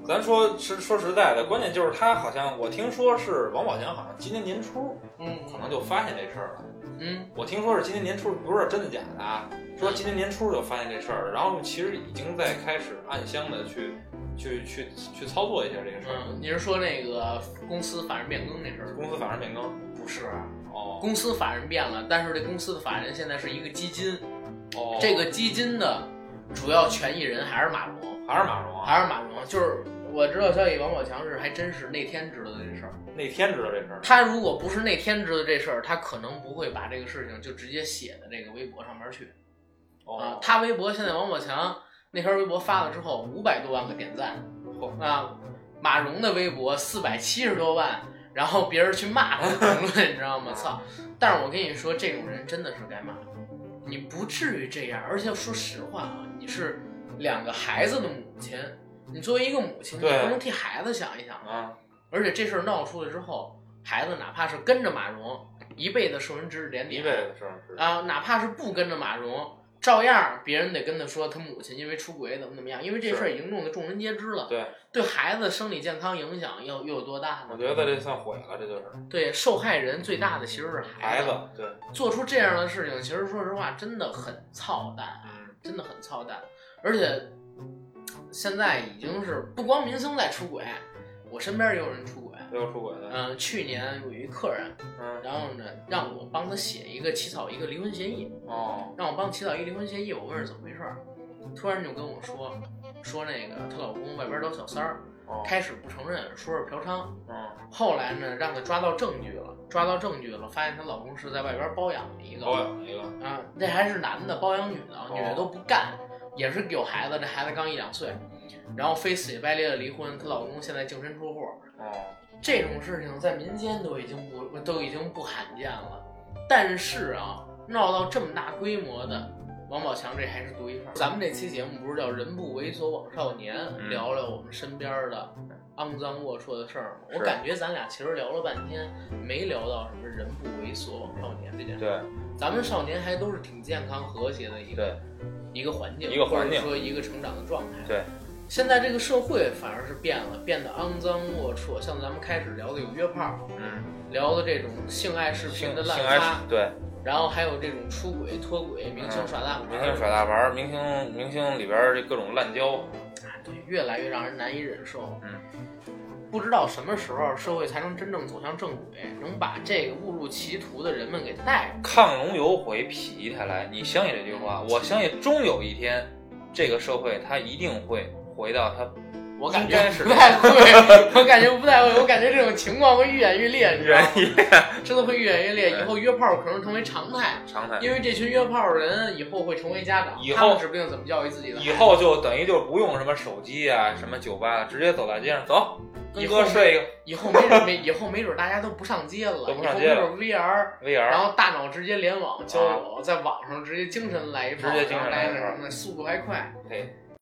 Speaker 4: 咱说实说实在的，关键就是他好像我听说是王宝强，好像今年年初可能
Speaker 1: 嗯
Speaker 4: 就发现这事儿了。
Speaker 1: 嗯
Speaker 4: 我听说是今年年初，不知道真的假的啊，说今年年初就发现这事儿了，然后其实已经在开始暗箱的去去去去操作一下这个事儿。
Speaker 1: 嗯，你是说那个公司法人变更那事儿？
Speaker 4: 公司法人变更
Speaker 1: 不是啊，
Speaker 4: 哦
Speaker 1: 公司法人变了，但是这公司的法人现在是一个基金，
Speaker 4: 哦，
Speaker 1: 这个基金的主要权益人还是马蓉，
Speaker 4: 还是马蓉啊？
Speaker 1: 还是马蓉。就是我知道消息，王宝强是还真是那天知道的这事儿。
Speaker 4: 那天知道这事儿，
Speaker 1: 他如果不是那天知道这事儿，他可能不会把这个事情就直接写在这个微博上面去啊
Speaker 4: 哦。，
Speaker 1: 他微博现在王宝强那条微博发了之后，五百多万个点赞
Speaker 4: 嚯
Speaker 1: 啊，马蓉的微博四百七十多万，然后别人去骂他的评论，你 知道吗？操！但是我跟你说，这种人真的是该骂，你不至于这样。而且说实话啊，你是两个孩子的母亲，你作为一个母亲，你
Speaker 4: 对
Speaker 1: 不能替孩子想一想啊。
Speaker 4: 啊，
Speaker 1: 而且这事儿闹出去之后，孩子哪怕是跟着马蓉，一辈子受人指指点
Speaker 4: 一
Speaker 1: 点，
Speaker 4: 辈子的事儿是
Speaker 1: 啊，哪怕是不跟着马蓉，照样儿别人得跟他说他母亲因为出轨怎么怎么样，因为这
Speaker 4: 是
Speaker 1: 事儿已经弄得众人皆知了，
Speaker 4: 对，
Speaker 1: 对孩子生理健康影响又又有多大
Speaker 4: 我
Speaker 1: 呢？
Speaker 4: 觉得这算毁了，这就是
Speaker 1: 对，受害人最大的其实是
Speaker 4: 孩
Speaker 1: 子，
Speaker 4: 子，对，
Speaker 1: 做出这样的事情，其实说实话真的很操蛋啊，
Speaker 4: 嗯，
Speaker 1: 真的很操蛋，而且现在已经是不光民生在出轨，我身边也有人出轨。
Speaker 4: 又出轨了，
Speaker 1: 嗯，去年有一客人，
Speaker 4: 嗯，
Speaker 1: 然后呢，让我帮他写一个起草一个离婚协议，
Speaker 4: 哦，
Speaker 1: 让我帮起草一个离婚协议。我问是怎么回事儿，突然就跟我说，说那个她老公外边找小三儿，
Speaker 4: 哦，
Speaker 1: 开始不承认，说是嫖娼，
Speaker 4: 嗯，
Speaker 1: 后来呢，让她抓到证据了，抓到证据了，发现她老公是在外边包养了一个，
Speaker 4: 包养了一个，
Speaker 1: 啊，这还是男的包养女的，女的都不干，也是有孩子，这孩子刚一两岁，然后非死乞白赖的离婚，她老公现在净身出户，
Speaker 4: 哦，
Speaker 1: 这种事情在民间都已经不都已经不罕见了，但是啊，闹到这么大规模的，王宝强这还是独一份儿。咱们这期节目不是叫“人不猥琐枉少年”，
Speaker 4: 嗯
Speaker 1: 聊聊我们身边的肮脏龌龊的事儿吗？我
Speaker 4: 是
Speaker 1: 感觉咱俩其实聊了半天，没聊到什么“人不猥琐枉少年”这件事。
Speaker 4: 对
Speaker 1: 咱们少年还都是挺健康和谐的一个一
Speaker 4: 对，
Speaker 1: 个环境，
Speaker 4: 一个环境
Speaker 1: 或者说一个成长的状态。
Speaker 4: 对，
Speaker 1: 现在这个社会反而是变了，变得肮脏龌龊。像咱们开始聊的有约炮，
Speaker 4: 嗯，
Speaker 1: 聊的这种性爱视
Speaker 4: 性
Speaker 1: 频的
Speaker 4: 性
Speaker 1: 滥
Speaker 4: 爱
Speaker 1: 发，
Speaker 4: 对，
Speaker 1: 然后还有这种出轨、脱轨、明星耍大牌、
Speaker 4: 嗯明星耍大牌儿，明星明星里边儿这各种滥交，
Speaker 1: 啊，对，越来越让人难以忍受。
Speaker 4: 嗯，
Speaker 1: 不知道什么时候社会才能真正走向正轨，能把这个误入歧途的人们给带出
Speaker 4: 亢龙有悔，否极泰来。你相信这句话？我相信终有一天，这个社会它一定会回到它
Speaker 1: 来。我感
Speaker 4: 应
Speaker 1: 觉
Speaker 4: 该是
Speaker 1: 不太会， 我感觉不太会，我感觉这种情况会越演越烈，你知道吗？真的会越演越烈，以后约炮可能成为常态。
Speaker 4: 常态。
Speaker 1: 因为这群约炮人以后会成为家长，
Speaker 4: 以
Speaker 1: 他们
Speaker 4: 后
Speaker 1: 指不定怎么教育自己的孩子。
Speaker 4: 以后就等于就不用什么手机啊，什么酒吧了，直接走在街上走，
Speaker 1: 以
Speaker 4: 一
Speaker 1: 后
Speaker 4: 哥睡一个
Speaker 1: 以后没准没以后没准大家都不上街了，
Speaker 4: 都不上
Speaker 1: 以
Speaker 4: 街
Speaker 1: 后
Speaker 4: 了
Speaker 1: 没准 VR，然
Speaker 4: VR，
Speaker 1: 后大脑直接联网交友，在网上直接精神来一炮，
Speaker 4: 直接精神
Speaker 1: 然后
Speaker 4: 来一炮嗯
Speaker 1: 来那什么速度还快。
Speaker 4: 嘿，